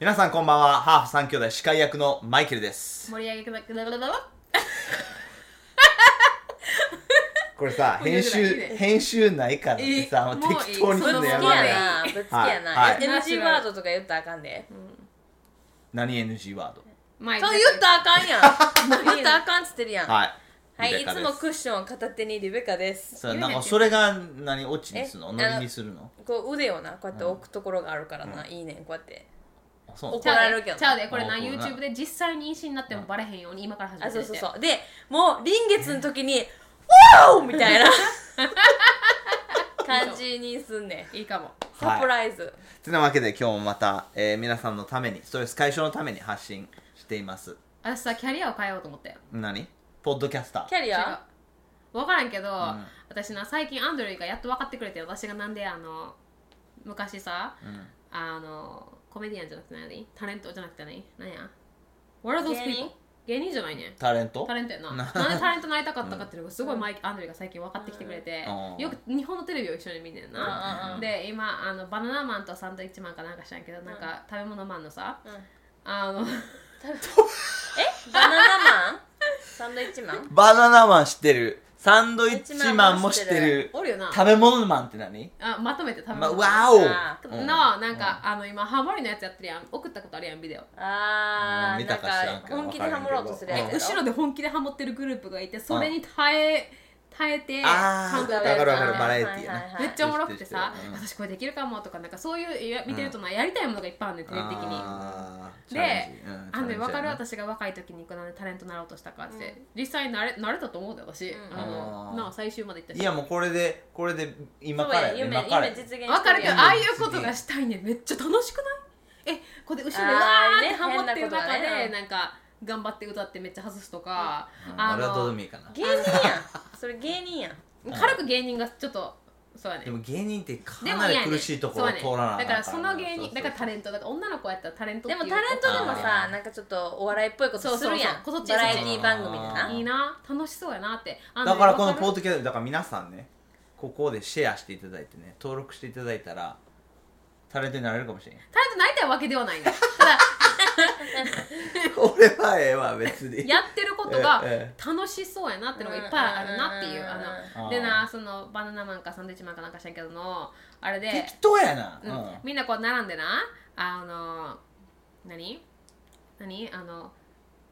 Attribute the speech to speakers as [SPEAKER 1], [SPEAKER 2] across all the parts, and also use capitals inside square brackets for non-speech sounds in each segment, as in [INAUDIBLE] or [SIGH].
[SPEAKER 1] 皆さんこんばんはハーフ三兄弟司会役のマイケルです
[SPEAKER 2] 盛り上げくなくなるな
[SPEAKER 1] これさ
[SPEAKER 2] もういい
[SPEAKER 1] 編
[SPEAKER 2] ぐらい
[SPEAKER 1] 集
[SPEAKER 2] いいね
[SPEAKER 1] 編集ないからってさ
[SPEAKER 2] いい
[SPEAKER 1] もう適当に
[SPEAKER 2] も
[SPEAKER 1] す
[SPEAKER 2] う
[SPEAKER 1] ん
[SPEAKER 2] いい
[SPEAKER 1] の
[SPEAKER 2] そ
[SPEAKER 1] や
[SPEAKER 2] の
[SPEAKER 1] めろ
[SPEAKER 2] 好き
[SPEAKER 1] よ
[SPEAKER 2] や
[SPEAKER 3] なぶつけやな、
[SPEAKER 1] はい
[SPEAKER 2] はい
[SPEAKER 3] NG ワードとか言ったらあかんで、
[SPEAKER 1] 何 NG ワード
[SPEAKER 2] 前
[SPEAKER 3] そう言ったらあかんや [LAUGHS] ん言ったらあかんっつってるやん
[SPEAKER 1] はい
[SPEAKER 3] はい、
[SPEAKER 1] リ
[SPEAKER 3] い
[SPEAKER 1] ベカ
[SPEAKER 3] つ
[SPEAKER 1] です
[SPEAKER 3] もクッションを片手にリベカです
[SPEAKER 1] そうなんかそれが何オチにするのノ
[SPEAKER 3] え
[SPEAKER 1] リにするの
[SPEAKER 3] こう腕をなこうやって置くところがあるからな、いいねんこうやって
[SPEAKER 1] あそう
[SPEAKER 3] 怒られるけど
[SPEAKER 2] ちゃうでこれな
[SPEAKER 1] あ怒るな
[SPEAKER 2] YouTube で実際に石になってもバレへんように今から始め
[SPEAKER 3] あ
[SPEAKER 2] て
[SPEAKER 3] そうそう
[SPEAKER 2] う
[SPEAKER 3] そうでもう臨月の時に「おー!」みたい [LAUGHS] な感じにすんねん
[SPEAKER 2] いいかも
[SPEAKER 3] サプライズ、
[SPEAKER 1] てなわけで今日もまた、えー皆さんのためにストレス解消のために発信しています
[SPEAKER 2] 私さキャリアを変えようと思って
[SPEAKER 1] 何ポッドキャスター
[SPEAKER 3] キャリ
[SPEAKER 2] 違う
[SPEAKER 3] ア
[SPEAKER 2] 分からんけど、私な最近アンドレイがやっと分かってくれて私がなんであの昔さ、あのコメディアンじゃなくて何タレントじゃなくて何何や What are those
[SPEAKER 3] 芸
[SPEAKER 2] people?
[SPEAKER 3] 人
[SPEAKER 2] 芸人じゃないね
[SPEAKER 1] タレント
[SPEAKER 2] タレントやななんでタレントになりたかったかっていうのがすごいマイク、アンドレイが最近分かってきてくれて、
[SPEAKER 1] うん
[SPEAKER 2] よく日本のテレビを一緒に見んねんな、
[SPEAKER 3] うんうんうん
[SPEAKER 2] で今あのバナナマンとサンドイッチマンかなんか知らんけどなんか食べ物マンのさ、
[SPEAKER 3] うん
[SPEAKER 2] あの
[SPEAKER 3] えバナナマンサンドイッチマン
[SPEAKER 1] バナナマン知ってるサンドイッチマンも知ってる
[SPEAKER 2] [LAUGHS] おるよな
[SPEAKER 1] 食べ物マンって何、
[SPEAKER 2] あまとめて食べ
[SPEAKER 1] ま、
[SPEAKER 2] 物
[SPEAKER 1] わ
[SPEAKER 3] あ
[SPEAKER 1] お、
[SPEAKER 3] ー
[SPEAKER 1] う
[SPEAKER 2] の
[SPEAKER 1] ん
[SPEAKER 2] なんか、あの今ハモリのやつやってるやん送ったことあるやんビデオ
[SPEAKER 1] う
[SPEAKER 3] あ
[SPEAKER 1] ん
[SPEAKER 3] ー
[SPEAKER 1] 見
[SPEAKER 3] な
[SPEAKER 1] た
[SPEAKER 3] ん
[SPEAKER 1] か知らん
[SPEAKER 3] か
[SPEAKER 1] けど
[SPEAKER 3] 本気でハモろうとするや
[SPEAKER 1] うん
[SPEAKER 3] つやろ
[SPEAKER 2] 後ろで本気でハモってるグループがいてそれに耐え耐えて
[SPEAKER 1] あー
[SPEAKER 2] 韓国
[SPEAKER 1] わ
[SPEAKER 2] の
[SPEAKER 1] かるわかる
[SPEAKER 2] あー
[SPEAKER 1] バラエティーやな、
[SPEAKER 3] はいはいはい
[SPEAKER 2] めっちゃおもろくてさ
[SPEAKER 1] 知って、る知ってるうん
[SPEAKER 2] 私これできるかもとかなんかそういうや見てるとな、やりたいものがいっぱいあるねテレビ的に
[SPEAKER 1] あーチャレン
[SPEAKER 2] で
[SPEAKER 1] ジうん、
[SPEAKER 2] あのね分かる
[SPEAKER 1] チャレンジ
[SPEAKER 2] 私が若い時にこのタレントなろうとしたかって、実際なれなれたと思うで私、
[SPEAKER 3] うん
[SPEAKER 2] あの
[SPEAKER 1] あー
[SPEAKER 2] なあ最終まで行った
[SPEAKER 1] やないやもうこれでこれで今からやね
[SPEAKER 3] 夢
[SPEAKER 1] 今から
[SPEAKER 3] 夢
[SPEAKER 1] や
[SPEAKER 3] 実現してる
[SPEAKER 2] 分かるけど
[SPEAKER 3] やん
[SPEAKER 2] ああいうことがしたいねめっちゃ楽しくないえこれで後ろでわーってハモってる中
[SPEAKER 3] あーね変なこと
[SPEAKER 2] で
[SPEAKER 3] がね
[SPEAKER 2] なんか頑張って歌ってめっちゃ外すとか、
[SPEAKER 1] うん
[SPEAKER 2] あ
[SPEAKER 1] 俺はどうでも
[SPEAKER 2] の
[SPEAKER 1] いいかな
[SPEAKER 3] 芸人やんそれ芸人やん
[SPEAKER 2] 軽く芸人がちょっとそうやね
[SPEAKER 1] でも芸人ってか
[SPEAKER 2] でも
[SPEAKER 1] ないり
[SPEAKER 2] やね
[SPEAKER 1] 苦しいところを通
[SPEAKER 2] そうや
[SPEAKER 1] ら
[SPEAKER 2] ね
[SPEAKER 1] ない
[SPEAKER 2] だからその芸
[SPEAKER 1] そうそう
[SPEAKER 2] 人
[SPEAKER 1] そう
[SPEAKER 2] だからタレントだから女の子やったらタレントって
[SPEAKER 3] で
[SPEAKER 2] いう
[SPEAKER 3] もタレントでも
[SPEAKER 1] あ
[SPEAKER 3] さ
[SPEAKER 1] ー
[SPEAKER 3] なんかちょっとお笑いっぽいことするやん
[SPEAKER 2] そうそうそうこっち
[SPEAKER 3] バラエティ番組で
[SPEAKER 1] あ
[SPEAKER 3] ない
[SPEAKER 1] ー
[SPEAKER 2] いいな楽しそうやなってあの
[SPEAKER 1] だからこのポー
[SPEAKER 2] わ
[SPEAKER 1] トキャストだから皆さんねここでシェアしていただいてね登録していただいたらタレントになれるかも
[SPEAKER 2] [LAUGHS]
[SPEAKER 1] しれん
[SPEAKER 2] タレントになりたいわけではな
[SPEAKER 1] [LAUGHS]
[SPEAKER 2] いのただ
[SPEAKER 1] 俺はええわ別に
[SPEAKER 2] やってることが
[SPEAKER 1] え
[SPEAKER 2] 楽しそうやなってのがいっぱいあるなっていう
[SPEAKER 3] うんうんうんうん
[SPEAKER 2] あ
[SPEAKER 1] あー
[SPEAKER 2] のでなそのバナナマンかサンドイッチマンかなんかしたけどのあれで
[SPEAKER 1] 適、当やな、
[SPEAKER 2] う
[SPEAKER 1] うんん
[SPEAKER 2] みんなこう並んでなあの何何あの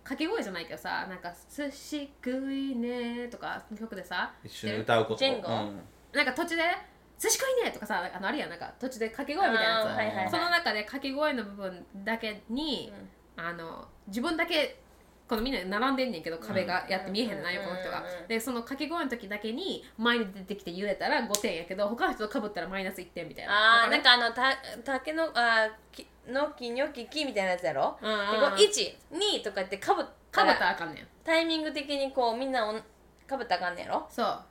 [SPEAKER 2] 掛け声じゃないけどさなんか「寿司食いね」とか曲でさ
[SPEAKER 1] 一緒に歌うこと
[SPEAKER 3] ジェンゴ
[SPEAKER 1] うん
[SPEAKER 2] なんか途中で「寿司食いね」とかさあのあるやんなんか途中で掛け声みたいなやつ、
[SPEAKER 3] あーはいはいはい
[SPEAKER 2] その中で掛け声の部分だけに、あの自分だけこのみんなで並んでんねんけど壁がやって見えへんねんな
[SPEAKER 3] うん
[SPEAKER 2] 横の人が
[SPEAKER 3] うんうんうん
[SPEAKER 2] でその掛け声の時だけに前に出てきて揺れたら5点やけど他の人とかぶったらマイナス1点みたいな
[SPEAKER 3] あーなんかあのた竹のあーきのきにょききみたいなやつやろ
[SPEAKER 2] うんうんうん
[SPEAKER 3] でこう一二とかってかぶ
[SPEAKER 2] かぶった
[SPEAKER 3] ら
[SPEAKER 2] らあかんねん
[SPEAKER 3] タイミング的にこうみんなおんかぶったらあかんねやろ
[SPEAKER 2] そう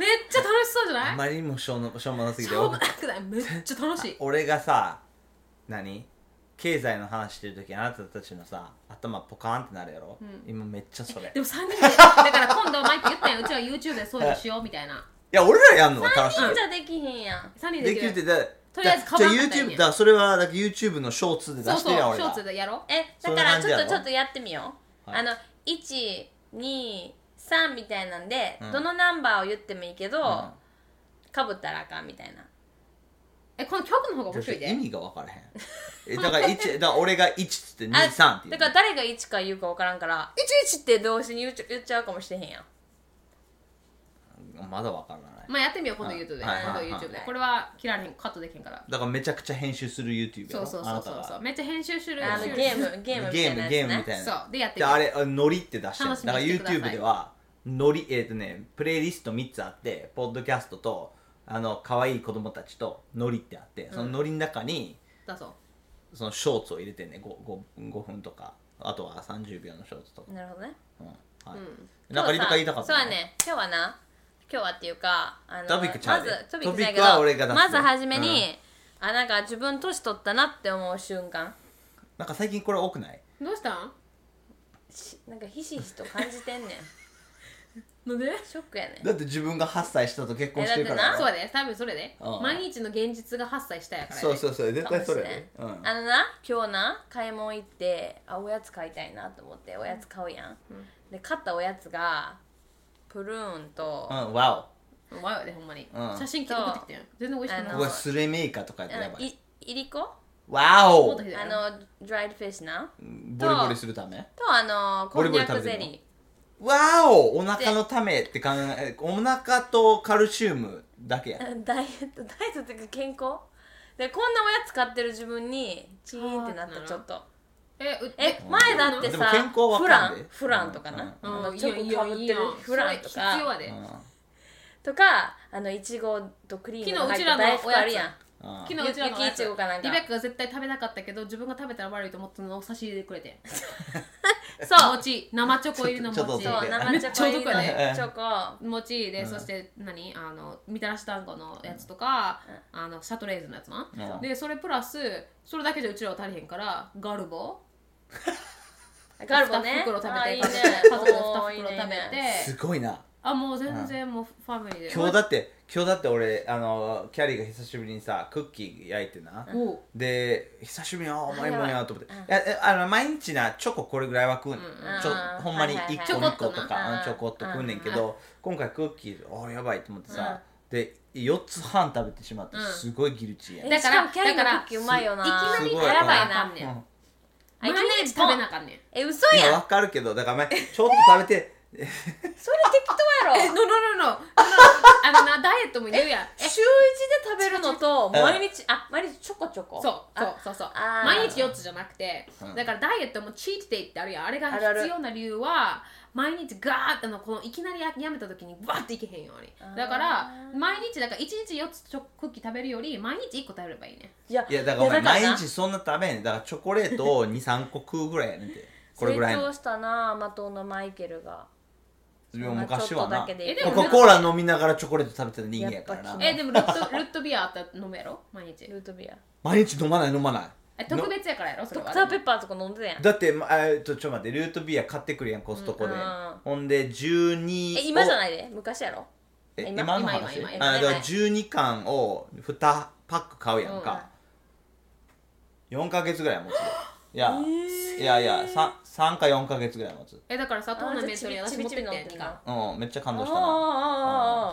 [SPEAKER 2] めっちゃ楽しそうじゃ
[SPEAKER 1] あ
[SPEAKER 2] ない
[SPEAKER 1] まりにもしょうのしょうもなすぎ
[SPEAKER 2] してょうもなくないめっちゃ楽し
[SPEAKER 1] [LAUGHS]
[SPEAKER 2] い
[SPEAKER 1] 俺がさ何経済の話してる時あなたたちのさ頭ポカーンってなるやろ、今めっちゃそれ
[SPEAKER 2] でも3人でだから今度マイク言ったやんうちは YouTube でそういうのしようみた
[SPEAKER 1] [LAUGHS]
[SPEAKER 2] いない
[SPEAKER 1] や俺らやんのが楽しいよ
[SPEAKER 3] じゃできひんやん
[SPEAKER 2] 3人で
[SPEAKER 1] で
[SPEAKER 2] で
[SPEAKER 1] き
[SPEAKER 2] き
[SPEAKER 1] る
[SPEAKER 2] る
[SPEAKER 1] ってだ
[SPEAKER 2] とりあえず
[SPEAKER 1] だじゃあ
[SPEAKER 2] カバンあったらいい
[SPEAKER 1] YouTube
[SPEAKER 2] ね
[SPEAKER 1] だからそれはだから YouTube のショーツで出
[SPEAKER 2] そう
[SPEAKER 1] して
[SPEAKER 2] そう
[SPEAKER 1] る
[SPEAKER 2] シ
[SPEAKER 1] やん俺
[SPEAKER 2] ョ
[SPEAKER 1] ら
[SPEAKER 2] ーツでやろう
[SPEAKER 3] え
[SPEAKER 1] そ
[SPEAKER 3] だ
[SPEAKER 1] ん
[SPEAKER 3] か
[SPEAKER 1] な
[SPEAKER 3] ら
[SPEAKER 1] 感じ
[SPEAKER 3] ちょ
[SPEAKER 1] や
[SPEAKER 3] っ
[SPEAKER 1] ろ
[SPEAKER 3] とちょっとやってみよう、
[SPEAKER 1] はい
[SPEAKER 3] あの一二三みたいなんで、
[SPEAKER 1] うん
[SPEAKER 3] どのナンバーを言ってもいいけど、
[SPEAKER 1] うん
[SPEAKER 3] かぶったらあかんみたいな
[SPEAKER 2] えこの曲の方が面白いで
[SPEAKER 1] 意味が分からへんえだから
[SPEAKER 2] [LAUGHS]
[SPEAKER 1] 一だから俺が1つって
[SPEAKER 3] あ
[SPEAKER 1] 23って言う
[SPEAKER 3] だから誰が1か言うか分からんから11って同時に言っちゃ言っちゃうかもしれへんやん
[SPEAKER 1] まだ分からない
[SPEAKER 2] まあやってみよう今度 YouTube で、
[SPEAKER 1] はい
[SPEAKER 2] 今
[SPEAKER 1] は
[SPEAKER 2] 度
[SPEAKER 1] い
[SPEAKER 2] YouTube で、
[SPEAKER 3] はい
[SPEAKER 2] これは切られへんカットできへんから
[SPEAKER 1] だからめちゃくちゃ編集する YouTube や
[SPEAKER 2] そ
[SPEAKER 1] ろ
[SPEAKER 2] うそう
[SPEAKER 1] あ
[SPEAKER 2] そう
[SPEAKER 1] なた
[SPEAKER 2] そうそう
[SPEAKER 1] が
[SPEAKER 2] めっちゃ編集する
[SPEAKER 3] あの
[SPEAKER 2] 集
[SPEAKER 3] ゲームゲームみ
[SPEAKER 1] ゲー
[SPEAKER 3] た
[SPEAKER 1] ム
[SPEAKER 3] いなやつ、ね、
[SPEAKER 1] ゲームみたいな
[SPEAKER 2] そうでやっ
[SPEAKER 1] で
[SPEAKER 2] てみよう
[SPEAKER 1] あれあノリって出してる
[SPEAKER 2] 楽しみ
[SPEAKER 1] だから
[SPEAKER 2] にしてください
[SPEAKER 1] YouTube ではノリえっ、とねプレイリスト3つあってポッドキャストとあの可愛い子供たちとノリってあってそのノリの中に、
[SPEAKER 2] だそう
[SPEAKER 1] そのショーツを入れてんね 5, 5分とかあとは30秒のショーツとか、
[SPEAKER 3] なるほどね
[SPEAKER 1] うんはいなんかリとか言いたかったな
[SPEAKER 3] 今日さそうやね今日はな今日はっていうかあの
[SPEAKER 1] トピックちゃう
[SPEAKER 3] ま
[SPEAKER 1] で
[SPEAKER 3] ずトピックじ
[SPEAKER 1] トピ
[SPEAKER 3] ゃない
[SPEAKER 1] ッ
[SPEAKER 3] け
[SPEAKER 1] ク
[SPEAKER 3] ど
[SPEAKER 1] は俺が出す
[SPEAKER 3] まずはじめに、あなんか自分年取ったなって思う瞬間
[SPEAKER 1] なんか最近これ多くない
[SPEAKER 2] どうしたん
[SPEAKER 3] しなんかひしひしと感じてんねん
[SPEAKER 2] なんで
[SPEAKER 3] [LAUGHS] ショックやね
[SPEAKER 1] だって自分が8歳したと結婚してるから
[SPEAKER 3] えだってな
[SPEAKER 2] そうやで多分それで
[SPEAKER 1] うん
[SPEAKER 2] 毎日の現実が8歳したやから
[SPEAKER 1] そうそうそう絶対それ
[SPEAKER 3] かもし
[SPEAKER 1] ね、うん、
[SPEAKER 3] あのな今日な買い物行ってあおやつ買いたいなと思っておやつ買うやん、
[SPEAKER 2] ん
[SPEAKER 3] で買ったおやつがプルーンと、
[SPEAKER 1] うんわ
[SPEAKER 2] うまいわでほんまに
[SPEAKER 1] うん
[SPEAKER 2] 写真切り取ってきてん全然美味しく
[SPEAKER 1] お
[SPEAKER 3] あ
[SPEAKER 1] こ
[SPEAKER 2] な
[SPEAKER 1] こ
[SPEAKER 2] い
[SPEAKER 1] はスレメーカーとかやったらやば
[SPEAKER 3] うん
[SPEAKER 1] い
[SPEAKER 3] いいりこ
[SPEAKER 1] わ
[SPEAKER 2] も
[SPEAKER 1] お
[SPEAKER 2] っとひどい
[SPEAKER 3] あ
[SPEAKER 2] な
[SPEAKER 3] のドライドフィッシュな
[SPEAKER 1] ボリボリするため
[SPEAKER 3] とあのこんにゃくゼ
[SPEAKER 1] ボリボリ食べてる
[SPEAKER 3] リ
[SPEAKER 1] わおお腹のためって考えお腹とカルシウムだけや
[SPEAKER 3] ー [LAUGHS] うんダイエットダイエットっていうか健康でこんなおやつ買ってる自分にチーンってなっ
[SPEAKER 2] はーってな
[SPEAKER 3] た
[SPEAKER 2] る
[SPEAKER 3] ちょっと
[SPEAKER 2] えう
[SPEAKER 3] え前だって
[SPEAKER 1] で
[SPEAKER 3] さ
[SPEAKER 1] も健康は
[SPEAKER 3] フ
[SPEAKER 1] わ
[SPEAKER 3] ラ
[SPEAKER 1] か
[SPEAKER 3] ン
[SPEAKER 1] んで
[SPEAKER 3] フランとかな、
[SPEAKER 1] う
[SPEAKER 2] うん
[SPEAKER 3] あの
[SPEAKER 2] いい
[SPEAKER 3] チ
[SPEAKER 2] よ
[SPEAKER 3] ョ
[SPEAKER 2] いい
[SPEAKER 3] コか
[SPEAKER 2] よ
[SPEAKER 3] ぶっ
[SPEAKER 2] いい
[SPEAKER 3] てる
[SPEAKER 2] よ
[SPEAKER 3] フランと
[SPEAKER 2] それ必要
[SPEAKER 3] か
[SPEAKER 2] やで
[SPEAKER 1] うん
[SPEAKER 3] とかあのいちごとクリームが入った
[SPEAKER 2] 昨日うちら
[SPEAKER 3] 大
[SPEAKER 2] の
[SPEAKER 3] 福あるやん
[SPEAKER 1] うん
[SPEAKER 2] 昨日うちらのやつ
[SPEAKER 3] 雪いちごかなんか
[SPEAKER 2] リベックが絶対食べなかったけど自分が食べたら悪いと思ったのを差し入れてくれ [LAUGHS] て
[SPEAKER 3] そう
[SPEAKER 2] 餅生チョコ入りの
[SPEAKER 1] ちょっと
[SPEAKER 2] 餅
[SPEAKER 1] ちょっと
[SPEAKER 3] そう生チョコ入りの
[SPEAKER 2] めっち
[SPEAKER 1] [LAUGHS] や
[SPEAKER 2] ゃお得
[SPEAKER 1] ね
[SPEAKER 3] チョコ
[SPEAKER 2] 餅で、そして何あのみたらし団子のやつとか、あのシャトレーゼのやつな、
[SPEAKER 1] うん
[SPEAKER 2] でそれプラスそれだけじゃうちらは足りへんからガルボ
[SPEAKER 3] ガルボ
[SPEAKER 2] 2
[SPEAKER 3] ね
[SPEAKER 2] 袋食べて
[SPEAKER 3] あいいね
[SPEAKER 2] 家族
[SPEAKER 3] お
[SPEAKER 2] 2
[SPEAKER 3] ーいい
[SPEAKER 2] 袋食べて
[SPEAKER 3] ねいいね
[SPEAKER 1] すごいな
[SPEAKER 2] あもう全然もうファミリーで
[SPEAKER 1] 今日だって今日だって俺あのキャリーが久しぶりにさクッキー焼いてな
[SPEAKER 2] おう
[SPEAKER 1] で久しぶりにあ甘いもんやと思って
[SPEAKER 3] うん
[SPEAKER 1] いやえあの毎日なチョコこれぐらいは食うねん
[SPEAKER 2] うん
[SPEAKER 1] ちょ
[SPEAKER 3] うん
[SPEAKER 1] ほんまに
[SPEAKER 3] はいはいはい
[SPEAKER 1] 1個2個と
[SPEAKER 2] ちょこっと
[SPEAKER 1] か
[SPEAKER 3] な
[SPEAKER 1] うんちょこっと食うねんけど今回クッキーあやばいと思ってさで4つ半食べてしまって
[SPEAKER 2] うん
[SPEAKER 1] すごいギルチやね
[SPEAKER 2] だから
[SPEAKER 3] しもキャリーの
[SPEAKER 2] だから
[SPEAKER 3] クッキーうまいよない
[SPEAKER 2] きなり
[SPEAKER 1] す
[SPEAKER 2] や
[SPEAKER 1] ごい
[SPEAKER 2] ばいな
[SPEAKER 3] うん
[SPEAKER 2] ねん、
[SPEAKER 1] うん
[SPEAKER 3] あいきな
[SPEAKER 2] 毎
[SPEAKER 3] り
[SPEAKER 2] 日食べなあかんねん
[SPEAKER 3] え嘘
[SPEAKER 1] いや
[SPEAKER 3] やん
[SPEAKER 1] わかるけどだからお前ちょっと食べて
[SPEAKER 3] それ適当
[SPEAKER 2] [LAUGHS]
[SPEAKER 3] や
[SPEAKER 2] えノノノ
[SPEAKER 3] ろ
[SPEAKER 2] ノノあの [LAUGHS] なダイエットも言うやんえ
[SPEAKER 3] 週一で食べるのと
[SPEAKER 1] 違う
[SPEAKER 3] 毎日あ毎日ちょこちょこ
[SPEAKER 2] そうそう
[SPEAKER 3] あ
[SPEAKER 2] そうそう
[SPEAKER 3] あー
[SPEAKER 2] 毎日4つじゃなくて
[SPEAKER 1] うん
[SPEAKER 2] だからダイエットもチートデイってあるやんあれが
[SPEAKER 3] あるある
[SPEAKER 2] 必要な理由は毎日ガーってあのこのいきなりややめた時にバッていけへんように
[SPEAKER 3] あー
[SPEAKER 2] だから毎日だから1日4つチョクッキー食べるより毎日1個食べればいいね
[SPEAKER 3] いや
[SPEAKER 1] いやだからお前
[SPEAKER 3] いやだから
[SPEAKER 1] 毎日そんな食べへんだからチョコレートを23個食うぐらいやねん
[SPEAKER 3] [LAUGHS]
[SPEAKER 1] てこれぐらい
[SPEAKER 3] 成
[SPEAKER 1] の
[SPEAKER 3] 長したな甘党のマイケルが
[SPEAKER 1] いや昔は
[SPEAKER 3] ま
[SPEAKER 1] な
[SPEAKER 3] あちょっとだけでいい
[SPEAKER 2] えで
[SPEAKER 1] コ
[SPEAKER 2] も
[SPEAKER 1] カ・コーラ飲みながらチョコレート食べてる人間やから
[SPEAKER 3] やっ
[SPEAKER 1] な
[SPEAKER 3] ぱ
[SPEAKER 2] えでもルット [LAUGHS] ルットビアあったら飲むやろ毎日
[SPEAKER 3] ルートビア
[SPEAKER 1] [LAUGHS] 毎日飲まない飲まない
[SPEAKER 2] え特別やからやろそれ
[SPEAKER 3] ド
[SPEAKER 2] は
[SPEAKER 3] クターペッパーとか飲んでたやん
[SPEAKER 1] だって、まあえっとちょっと待ってルートビア買ってくるやんコストコで、
[SPEAKER 3] うんうん
[SPEAKER 1] ほんで12
[SPEAKER 3] え今じゃないいで昔やろ
[SPEAKER 1] え
[SPEAKER 3] 今
[SPEAKER 1] 今の話
[SPEAKER 2] 今今
[SPEAKER 3] 今
[SPEAKER 1] あだから12缶を2パック買うやんか、4ヶ月ぐらい持つよいや、いやいや 3, 3か4ヶ月ぐらい持つ
[SPEAKER 2] えだからさトーナメントに
[SPEAKER 3] あー
[SPEAKER 2] 私
[SPEAKER 3] ち
[SPEAKER 2] 持
[SPEAKER 3] ょ
[SPEAKER 2] って
[SPEAKER 3] ちびちび
[SPEAKER 2] ってん
[SPEAKER 3] ち
[SPEAKER 2] 2巻
[SPEAKER 3] び飲んでんな
[SPEAKER 1] うんめっちゃ感
[SPEAKER 3] あ
[SPEAKER 1] 動
[SPEAKER 3] ー
[SPEAKER 1] したな
[SPEAKER 3] あー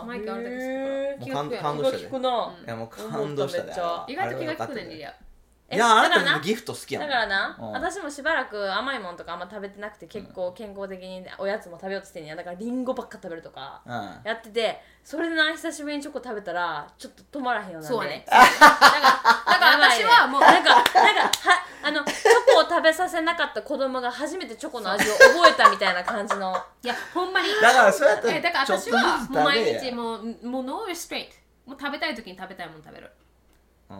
[SPEAKER 3] あー
[SPEAKER 2] マイケルあれだけ好き
[SPEAKER 3] へー
[SPEAKER 1] もう感
[SPEAKER 3] 気がつくやろ
[SPEAKER 1] 感動したで
[SPEAKER 3] 気が利くない
[SPEAKER 1] やもう感動したであれ
[SPEAKER 2] 意外と気
[SPEAKER 3] 思っためっちゃ
[SPEAKER 2] が利くね
[SPEAKER 1] あれは良かっ
[SPEAKER 2] ん
[SPEAKER 1] たで
[SPEAKER 2] リリア
[SPEAKER 1] いやあ
[SPEAKER 3] え
[SPEAKER 1] な
[SPEAKER 3] だから
[SPEAKER 1] た
[SPEAKER 3] な
[SPEAKER 1] のギフト好きやも
[SPEAKER 3] だ
[SPEAKER 1] ん
[SPEAKER 3] からな、
[SPEAKER 1] うん
[SPEAKER 3] 私もしばらく甘いもんとかあんま食べてなくて結構健康的におやつも食べようとしてんねやだからリンゴばっか食べるとか
[SPEAKER 1] うん
[SPEAKER 3] やっててそれでな久しぶりにチョコ食べたらちょっと止まらへんようにな
[SPEAKER 2] そう
[SPEAKER 3] る
[SPEAKER 2] やねだからだから私はもう
[SPEAKER 3] なんかなんかはあのチョコを食べさせなかった子供が初めてチョコの味を覚えたみたいな感じの
[SPEAKER 2] いやほんまに
[SPEAKER 1] だからそうやったら
[SPEAKER 2] えだから
[SPEAKER 1] ちょっと
[SPEAKER 2] 私
[SPEAKER 1] ずつ
[SPEAKER 2] は
[SPEAKER 1] 食べ
[SPEAKER 2] もう毎
[SPEAKER 1] や
[SPEAKER 2] 日もうもうノーリストレートもう食べたい時に食べたいもの食べる
[SPEAKER 1] うん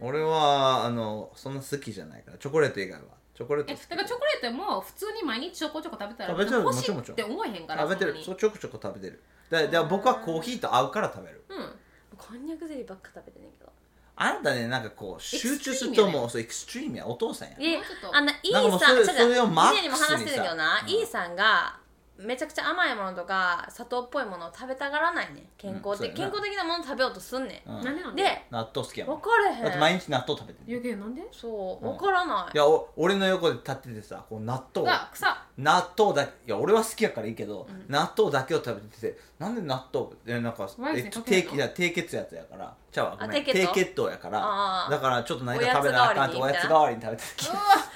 [SPEAKER 1] 俺はあのそんな好きじゃないからチョコレート以外はチョコレート
[SPEAKER 2] え
[SPEAKER 1] 好
[SPEAKER 2] だ
[SPEAKER 1] き
[SPEAKER 2] からチョコレートも普通に毎日ちょこちょこ食べたら
[SPEAKER 1] 食べてる
[SPEAKER 2] 欲しい
[SPEAKER 1] もちろんもちろん
[SPEAKER 2] って思えへんから
[SPEAKER 1] 食べてる
[SPEAKER 2] そんなに
[SPEAKER 1] そうちょくちょく食べてるだだ僕はコーヒーと合うから食べる
[SPEAKER 2] うん
[SPEAKER 3] こんにゃくゼリーばっか食べてんねんけど
[SPEAKER 1] あんたねなんかこう集中すると
[SPEAKER 2] エクストリームや
[SPEAKER 1] もうそうエクストリームやお父さんや
[SPEAKER 3] で
[SPEAKER 2] もうちょっと
[SPEAKER 3] あのイー
[SPEAKER 1] なんかもう
[SPEAKER 3] さ
[SPEAKER 1] そ
[SPEAKER 3] ん
[SPEAKER 1] れ
[SPEAKER 3] ちょっ
[SPEAKER 1] それを
[SPEAKER 3] と
[SPEAKER 1] マックス
[SPEAKER 3] 以前にも話してるけど
[SPEAKER 1] に
[SPEAKER 3] な、
[SPEAKER 1] さうん
[SPEAKER 3] イーさんがめちゃくちゃ甘いものとか砂糖っぽいものを食べたがらないねん健
[SPEAKER 1] うん
[SPEAKER 3] 康
[SPEAKER 1] そう
[SPEAKER 3] 的、
[SPEAKER 1] やな
[SPEAKER 3] 健康的なもの食べようとすんねん、
[SPEAKER 1] うん
[SPEAKER 2] なんでなん
[SPEAKER 3] で
[SPEAKER 1] 納豆好きやも
[SPEAKER 3] 分
[SPEAKER 1] ん
[SPEAKER 3] かれへん
[SPEAKER 1] だって毎日納豆食べてる
[SPEAKER 2] 余計なんで
[SPEAKER 3] そう
[SPEAKER 1] うん
[SPEAKER 3] 分からない
[SPEAKER 1] いやお俺の横で立っててさこう納豆
[SPEAKER 2] あ草
[SPEAKER 1] 納豆だけいや俺は好きやからいいけど、納豆だけを食べててなんで納豆えなんか
[SPEAKER 2] ワ
[SPEAKER 1] え
[SPEAKER 2] イズに
[SPEAKER 1] ちょ
[SPEAKER 2] か
[SPEAKER 1] 低
[SPEAKER 2] けんの
[SPEAKER 1] いや低血圧やからちゃうわごめん
[SPEAKER 3] 低血
[SPEAKER 1] 低
[SPEAKER 3] 糖
[SPEAKER 1] 血糖やか
[SPEAKER 3] あ
[SPEAKER 1] ら
[SPEAKER 3] ー
[SPEAKER 1] だからちょっと何か食べなあかんってお
[SPEAKER 3] お
[SPEAKER 1] や
[SPEAKER 3] や
[SPEAKER 1] つ
[SPEAKER 3] つ
[SPEAKER 1] 代
[SPEAKER 3] 代
[SPEAKER 1] わりに食べてて